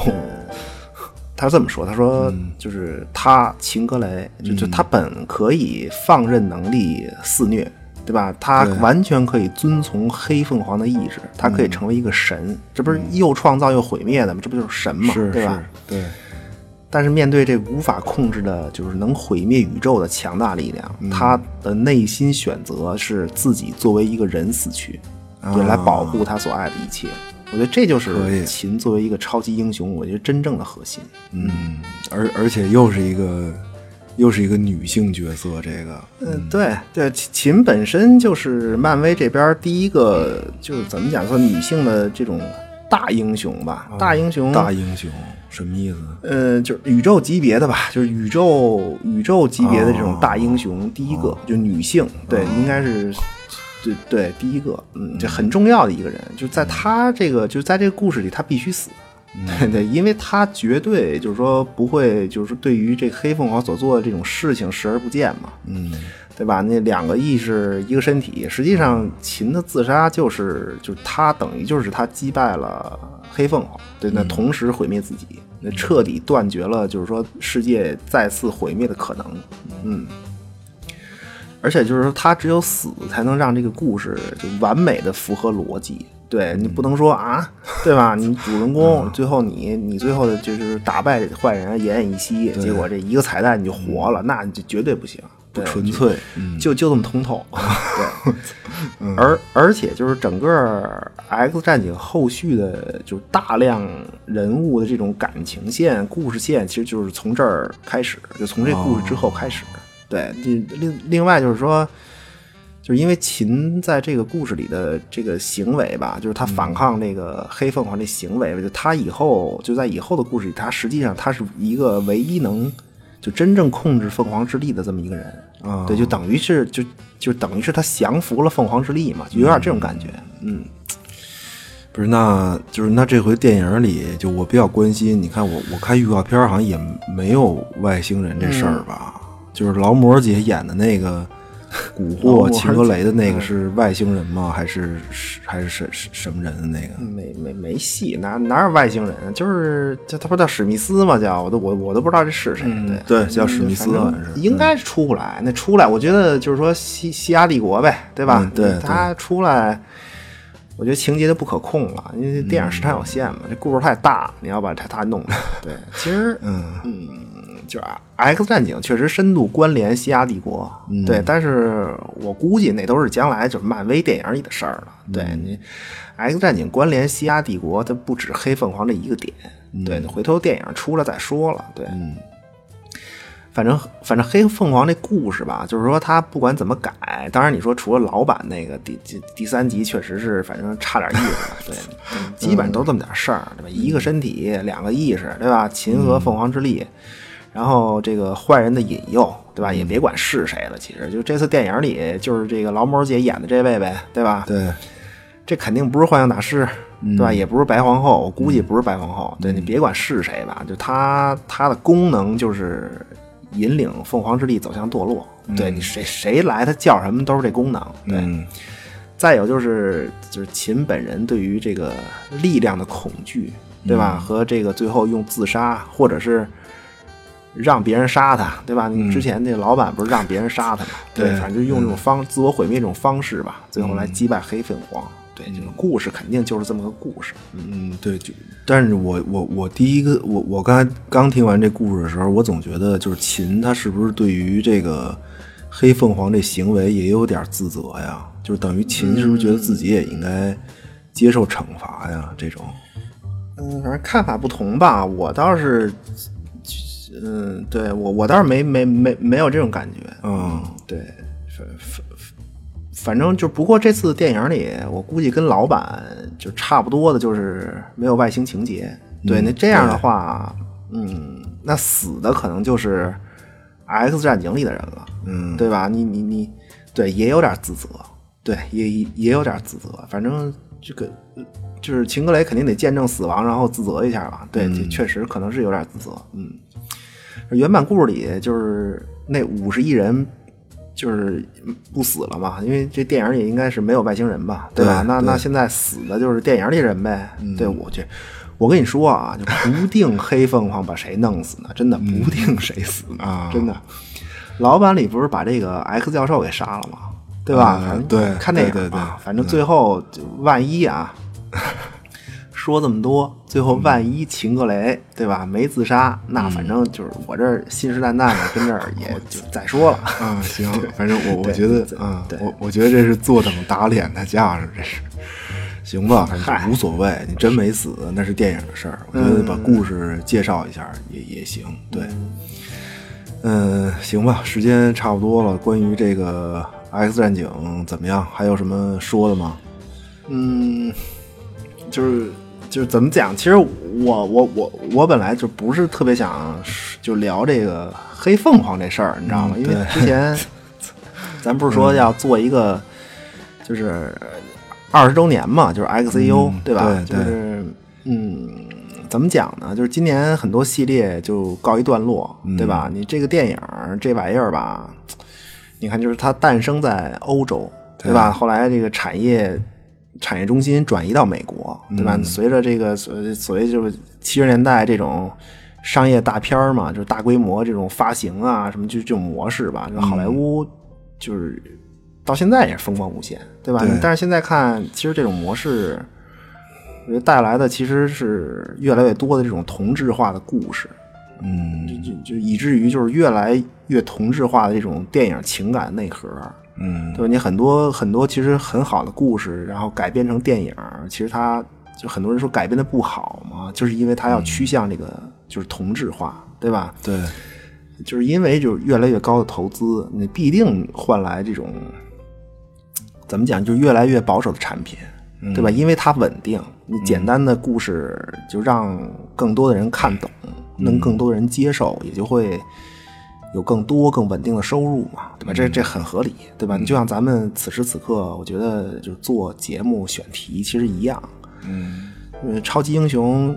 B: 他是这么说，他说
A: 嗯
B: 就是他秦格雷，就就他本可以放任能力肆虐，对吧？他完全可以遵从黑凤凰的意志，他
A: 嗯
B: 可以成为一个神，这不是又创造又毁灭的吗？这不就是神嘛，
A: 是
B: 对吧？
A: 是，对，
B: 但是面对这无法控制的，就是能毁灭宇宙的强大力量，
A: 嗯
B: 他的内心选择是自己作为一个人死去，对，来保护他所爱的一切。我觉得这就
A: 啊可以
B: 是秦作为一个超级英雄，我觉得真正的核心。
A: 嗯，而而且又是一个又是一个女性角色，这个，
B: 嗯，对对，秦秦本身就是漫威这边儿第一个，就是怎么讲，说女性的这种大英雄吧，大英雄，
A: 啊大英雄什么意思？
B: 呃，就是宇宙级别的吧，就是宇宙宇宙级别的这种大英雄，第一个、就女性，对，应该是。对对，第一个，嗯，这很重要的一个人，就在他这个，就在这个故事里，他必须死，对 对，因为他绝对就是说不会，就是对于这黑凤凰所做的这种事情视而不见嘛，
A: 嗯
B: 对吧？那两个意识，一个身体。实际上，秦的自杀就是，就是他等于就是他击败了黑凤凰，对，那同时毁灭自己，那彻底断绝了，就是说世界再次毁灭的可能。嗯，而且就是说，他只有死才能让这个故事就完美的符合逻辑。对你不能说啊，对吧？你主人公最后你你最后的就是打败坏人，奄奄一息，结果这一个彩蛋你就活了，那你就绝对不行，不
A: 纯粹，
B: 就就这么通透。 对，而而且就是整个 X 战警后续的，就是大量人物的这种感情线、故事线，其实就是从这儿开始，就从这故事之后开始。对，另另另外就是说。就是因为秦在这个故事里的这个行为吧，就是他反抗那个黑凤凰这行为，就他以后就在以后的故事里，他实际上他是一个唯一能就真正控制凤凰之力的这么一个人
A: 啊
B: 对，就等于是就就等于是他降服了凤凰之力嘛，就有点这种感觉，嗯，
A: 不是，那就是那这回电影里，就我比较关心，你看我我看预告片
B: 嗯
A: 好像也没有外星人这事儿吧？就是劳模姐演的那个蛊惑
B: 劳模
A: 秦格雷的那个是外星人吗？还是还是什什什么人的那个？
B: 嗯没没没戏，哪哪有外星人啊？就是叫他不叫史密斯吗？叫我都我我都不知道这是谁。对
A: 对叫史密斯好
B: 嗯反
A: 像是嗯
B: 正应该是出不来。那出来，我觉得就是说西西亚帝国呗，对吧
A: 嗯？对对
B: 他出来，我觉得情节就不可控了，因为电影时长有限
A: 嗯
B: 嘛，这故事太大，你要把它它 弄了。对，其实嗯就是 X 战警确实深度关联西亚帝国，
A: 嗯
B: 对，但是我估计那都是将来就是漫威电影里的事儿了。
A: 嗯
B: 对你，X 战警关联西亚帝国，它不止黑凤凰这一个点。对，
A: 嗯
B: 回头电影出了再说了。对，反正反正黑凤凰这故事吧，就是说它不管怎么改，当然你说除了老版那个第第第三集确实是反正差点意思吧，对，基本上都这么点事儿，对吧？一个身体，两个意识，对吧？秦和凤凰之力，然后这个坏人的引诱，对吧？也别管是谁了，其实就这次电影里就是这个劳模姐演的这位呗，对吧？
A: 对，
B: 这肯定不是幻象大师，对吧？也不是白皇后，我估计不是白皇后。对你别管是谁吧，就他他的功能就是引领凤凰之力走向堕落。对你谁谁来，他叫什么都是这功能。对，
A: 嗯
B: 再有就是就是秦本人对于这个力量的恐惧，对吧？和这个最后用自杀或者是。让别人杀他，对吧？你之前那老板不是让别人杀 他嘛？嗯对，嗯
A: 对
B: 反正就用这种方、自我毁灭这种方式吧，最后来击败黑凤凰。对，这个故事肯定就是这么个故事。
A: 嗯，对，就但是我我我第一个我我刚才刚听完这故事的时候，我总觉得就是秦他是不是对于这个黑凤凰这行为也有点自责呀？就是等于秦是不是觉得自己也应该接受惩罚呀？这种，
B: 嗯，反正看法不同吧，我倒是，嗯，对我我倒是没没没没有这种感觉。
A: 嗯，
B: 对，反反反正就不过这次电影里，我估计跟老版就差不多的，就是没有外星情节。对，那这样的话，嗯，那死的可能就是《X 战警》里的人了，
A: 嗯，
B: 对吧？你你你，对，也有点自责，对，也也也有点自责。反正这个就是秦格雷肯定得见证死亡，然后自责一下吧。对，
A: 嗯
B: 这确实可能是有点自责，嗯。原版故事里就是那五十亿人就是不死了嘛，因为这电影里应该是没有外星人吧，对吧？
A: 对
B: 那
A: 对嗯
B: 那现在死的就是电影里人呗。对，我去，我跟你说啊，就不定黑凤凰把谁弄死呢，真的不定谁死呢，
A: 嗯啊
B: 真的。老版里不是把这个 X 教授给杀了吗？对吧？
A: 啊
B: 反正
A: 对
B: 看电影
A: 对对对
B: 嘛反正最后就万一啊， 说这么多，最后万一秦格雷对吧没自杀，那反正就是我这儿信誓旦旦的跟这儿也就再说了。
A: 啊，行，反正我我
B: 对
A: 觉
B: 对
A: 得啊
B: 对，
A: 我我觉得这是坐等打脸的架势，这是。行吧，反
B: 嗨嗯
A: 正无所谓，你真没死那是电影的事儿。我觉得把故事介绍一下也也行，对。嗯，行吧，时间差不多了。关于这个《X 战警》怎么样，还有什么说的吗？
B: 嗯，就是就是怎么讲？其实我我我我本来就不是特别想就聊这个黑凤凰这事儿，你知道吗？因为
A: 嗯
B: 之前 咱不是说要做一个就是二十周年嘛，就是 XCU、
A: 嗯
B: 对吧？
A: 对
B: 就
A: 对
B: 是嗯。怎么讲呢？就是今年很多系列就告一段落，对吧？你这个电影儿这玩意儿吧，你看，就是它诞生在欧洲，对吧？后来这个产业产业中心转移到美国，对吧？随着这个所所谓就是七十年代这种商业大片儿嘛，就是大规模这种发行啊，什么就这种模式吧，就好莱坞就是到现在也是风光无限，对吧？
A: 对
B: 但是现在看，其实这种模式。我觉得带来的其实是越来越多的这种同质化的故事，
A: 嗯
B: 就就以至于就是越来越同质化的这种电影情感内核，
A: 嗯
B: 对吧？你很多很多其实很好的故事，然后改编成电影，其实它就很多人说改编的不好嘛，就是因为它
A: 嗯
B: 要趋向这个、就是同质化，对吧？
A: 对，
B: 就是因为就是越来越高的投资，你必定换来这种怎么讲，就是越来越保守的产品，对吧？因为它稳定，你简单的故事就让更多的人看懂，能更多人接受，也就会有更多更稳定的收入嘛，对吧？这这很合理，对吧？你就像咱们此时此刻，我觉得就是做节目选题其实一样，嗯，超级英雄，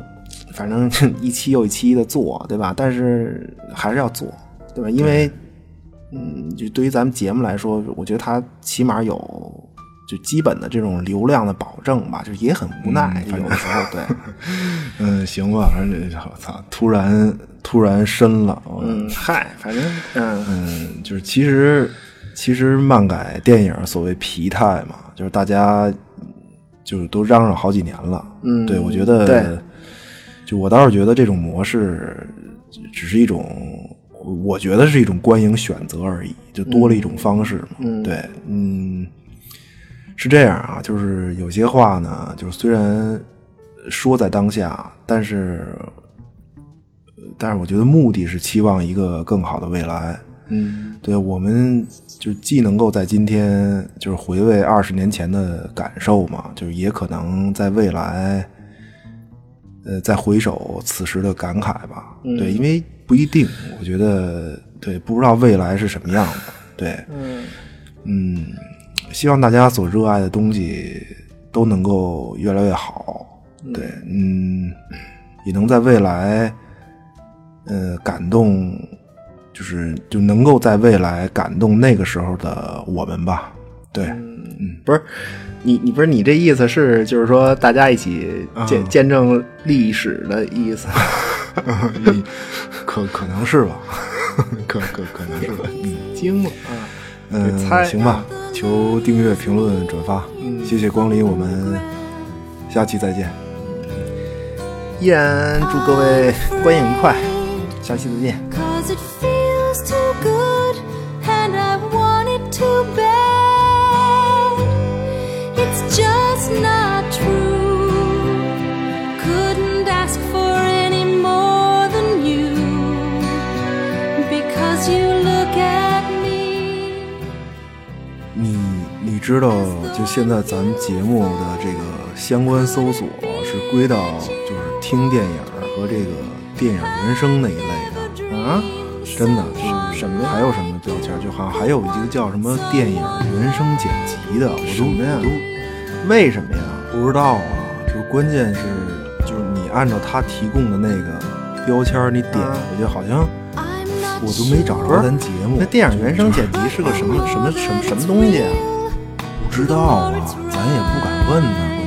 B: 反正 一期又一期的做，对吧？但是还是要做，对吧？因为嗯，就对于咱们节目来说，我觉得它起码有就基本的这种流量的保证吧，就也很无奈，有的时候对，
A: 嗯，行吧，反正这我操，突然突然深了，我
B: 嗯，嗨，反正嗯
A: 嗯，就是其实其实漫改电影所谓疲态嘛，就是大家就是都嚷嚷好几年了。
B: 嗯
A: 对我觉得，
B: 对
A: 就我倒是觉得这种模式只是一种，我觉得是一种观影选择而已，就多了一种方式嘛。
B: 嗯
A: 对，嗯，是这样啊，就是有些话呢，就是虽然说在当下，但是。但是我觉得目的是期望一个更好的未来，
B: 嗯
A: 对我们就既能够在今天就是回味二十年前的感受嘛，就是也可能在未来，呃，再回首此时的感慨吧。对，因为不一定，我觉得对，不知道未来是什么样的。对，
B: 嗯
A: 嗯，希望大家所热爱的东西都能够越来越好。对，嗯，也能在未来，呃，感动，就是就能够在未来感动那个时候的我们吧。对，嗯
B: 不是，你你不是你这意思是就是说大家一起见、
A: 啊
B: 见证历史的 意思？
A: 你 可可能是吧，嗯 可可可能是吧。嗯
B: 惊了啊！
A: 嗯、
B: 对猜
A: 行吧，求订阅、评论、转发，
B: 嗯
A: 谢谢光临，我们下期再见。
B: 依然祝各位观影愉快，下期再见。
C: Cause it feels too good and I want it too bad. It's just not true. Couldn't ask for any more than you. Because you look at me.
A: 你你知道，就现在咱们节目的这个相关搜索是归到就是听电影儿和这个电影原声那一类的，
B: 啊，
A: 真的就是什么还有什么标签儿，就好像还有一个叫什么电影原声剪辑的，我都
B: 什么呀
A: 我都
B: 为什么呀？
A: 不知道啊，就是关键是，就是你按照他提供的那个标签儿，你点回去，好像
C: I'm not
A: 我都没找
B: 啊不是
A: 着咱节目。
B: 那电影原声剪辑是个什么什么什么什么东西啊？
A: 不知道啊，咱也不敢问呢、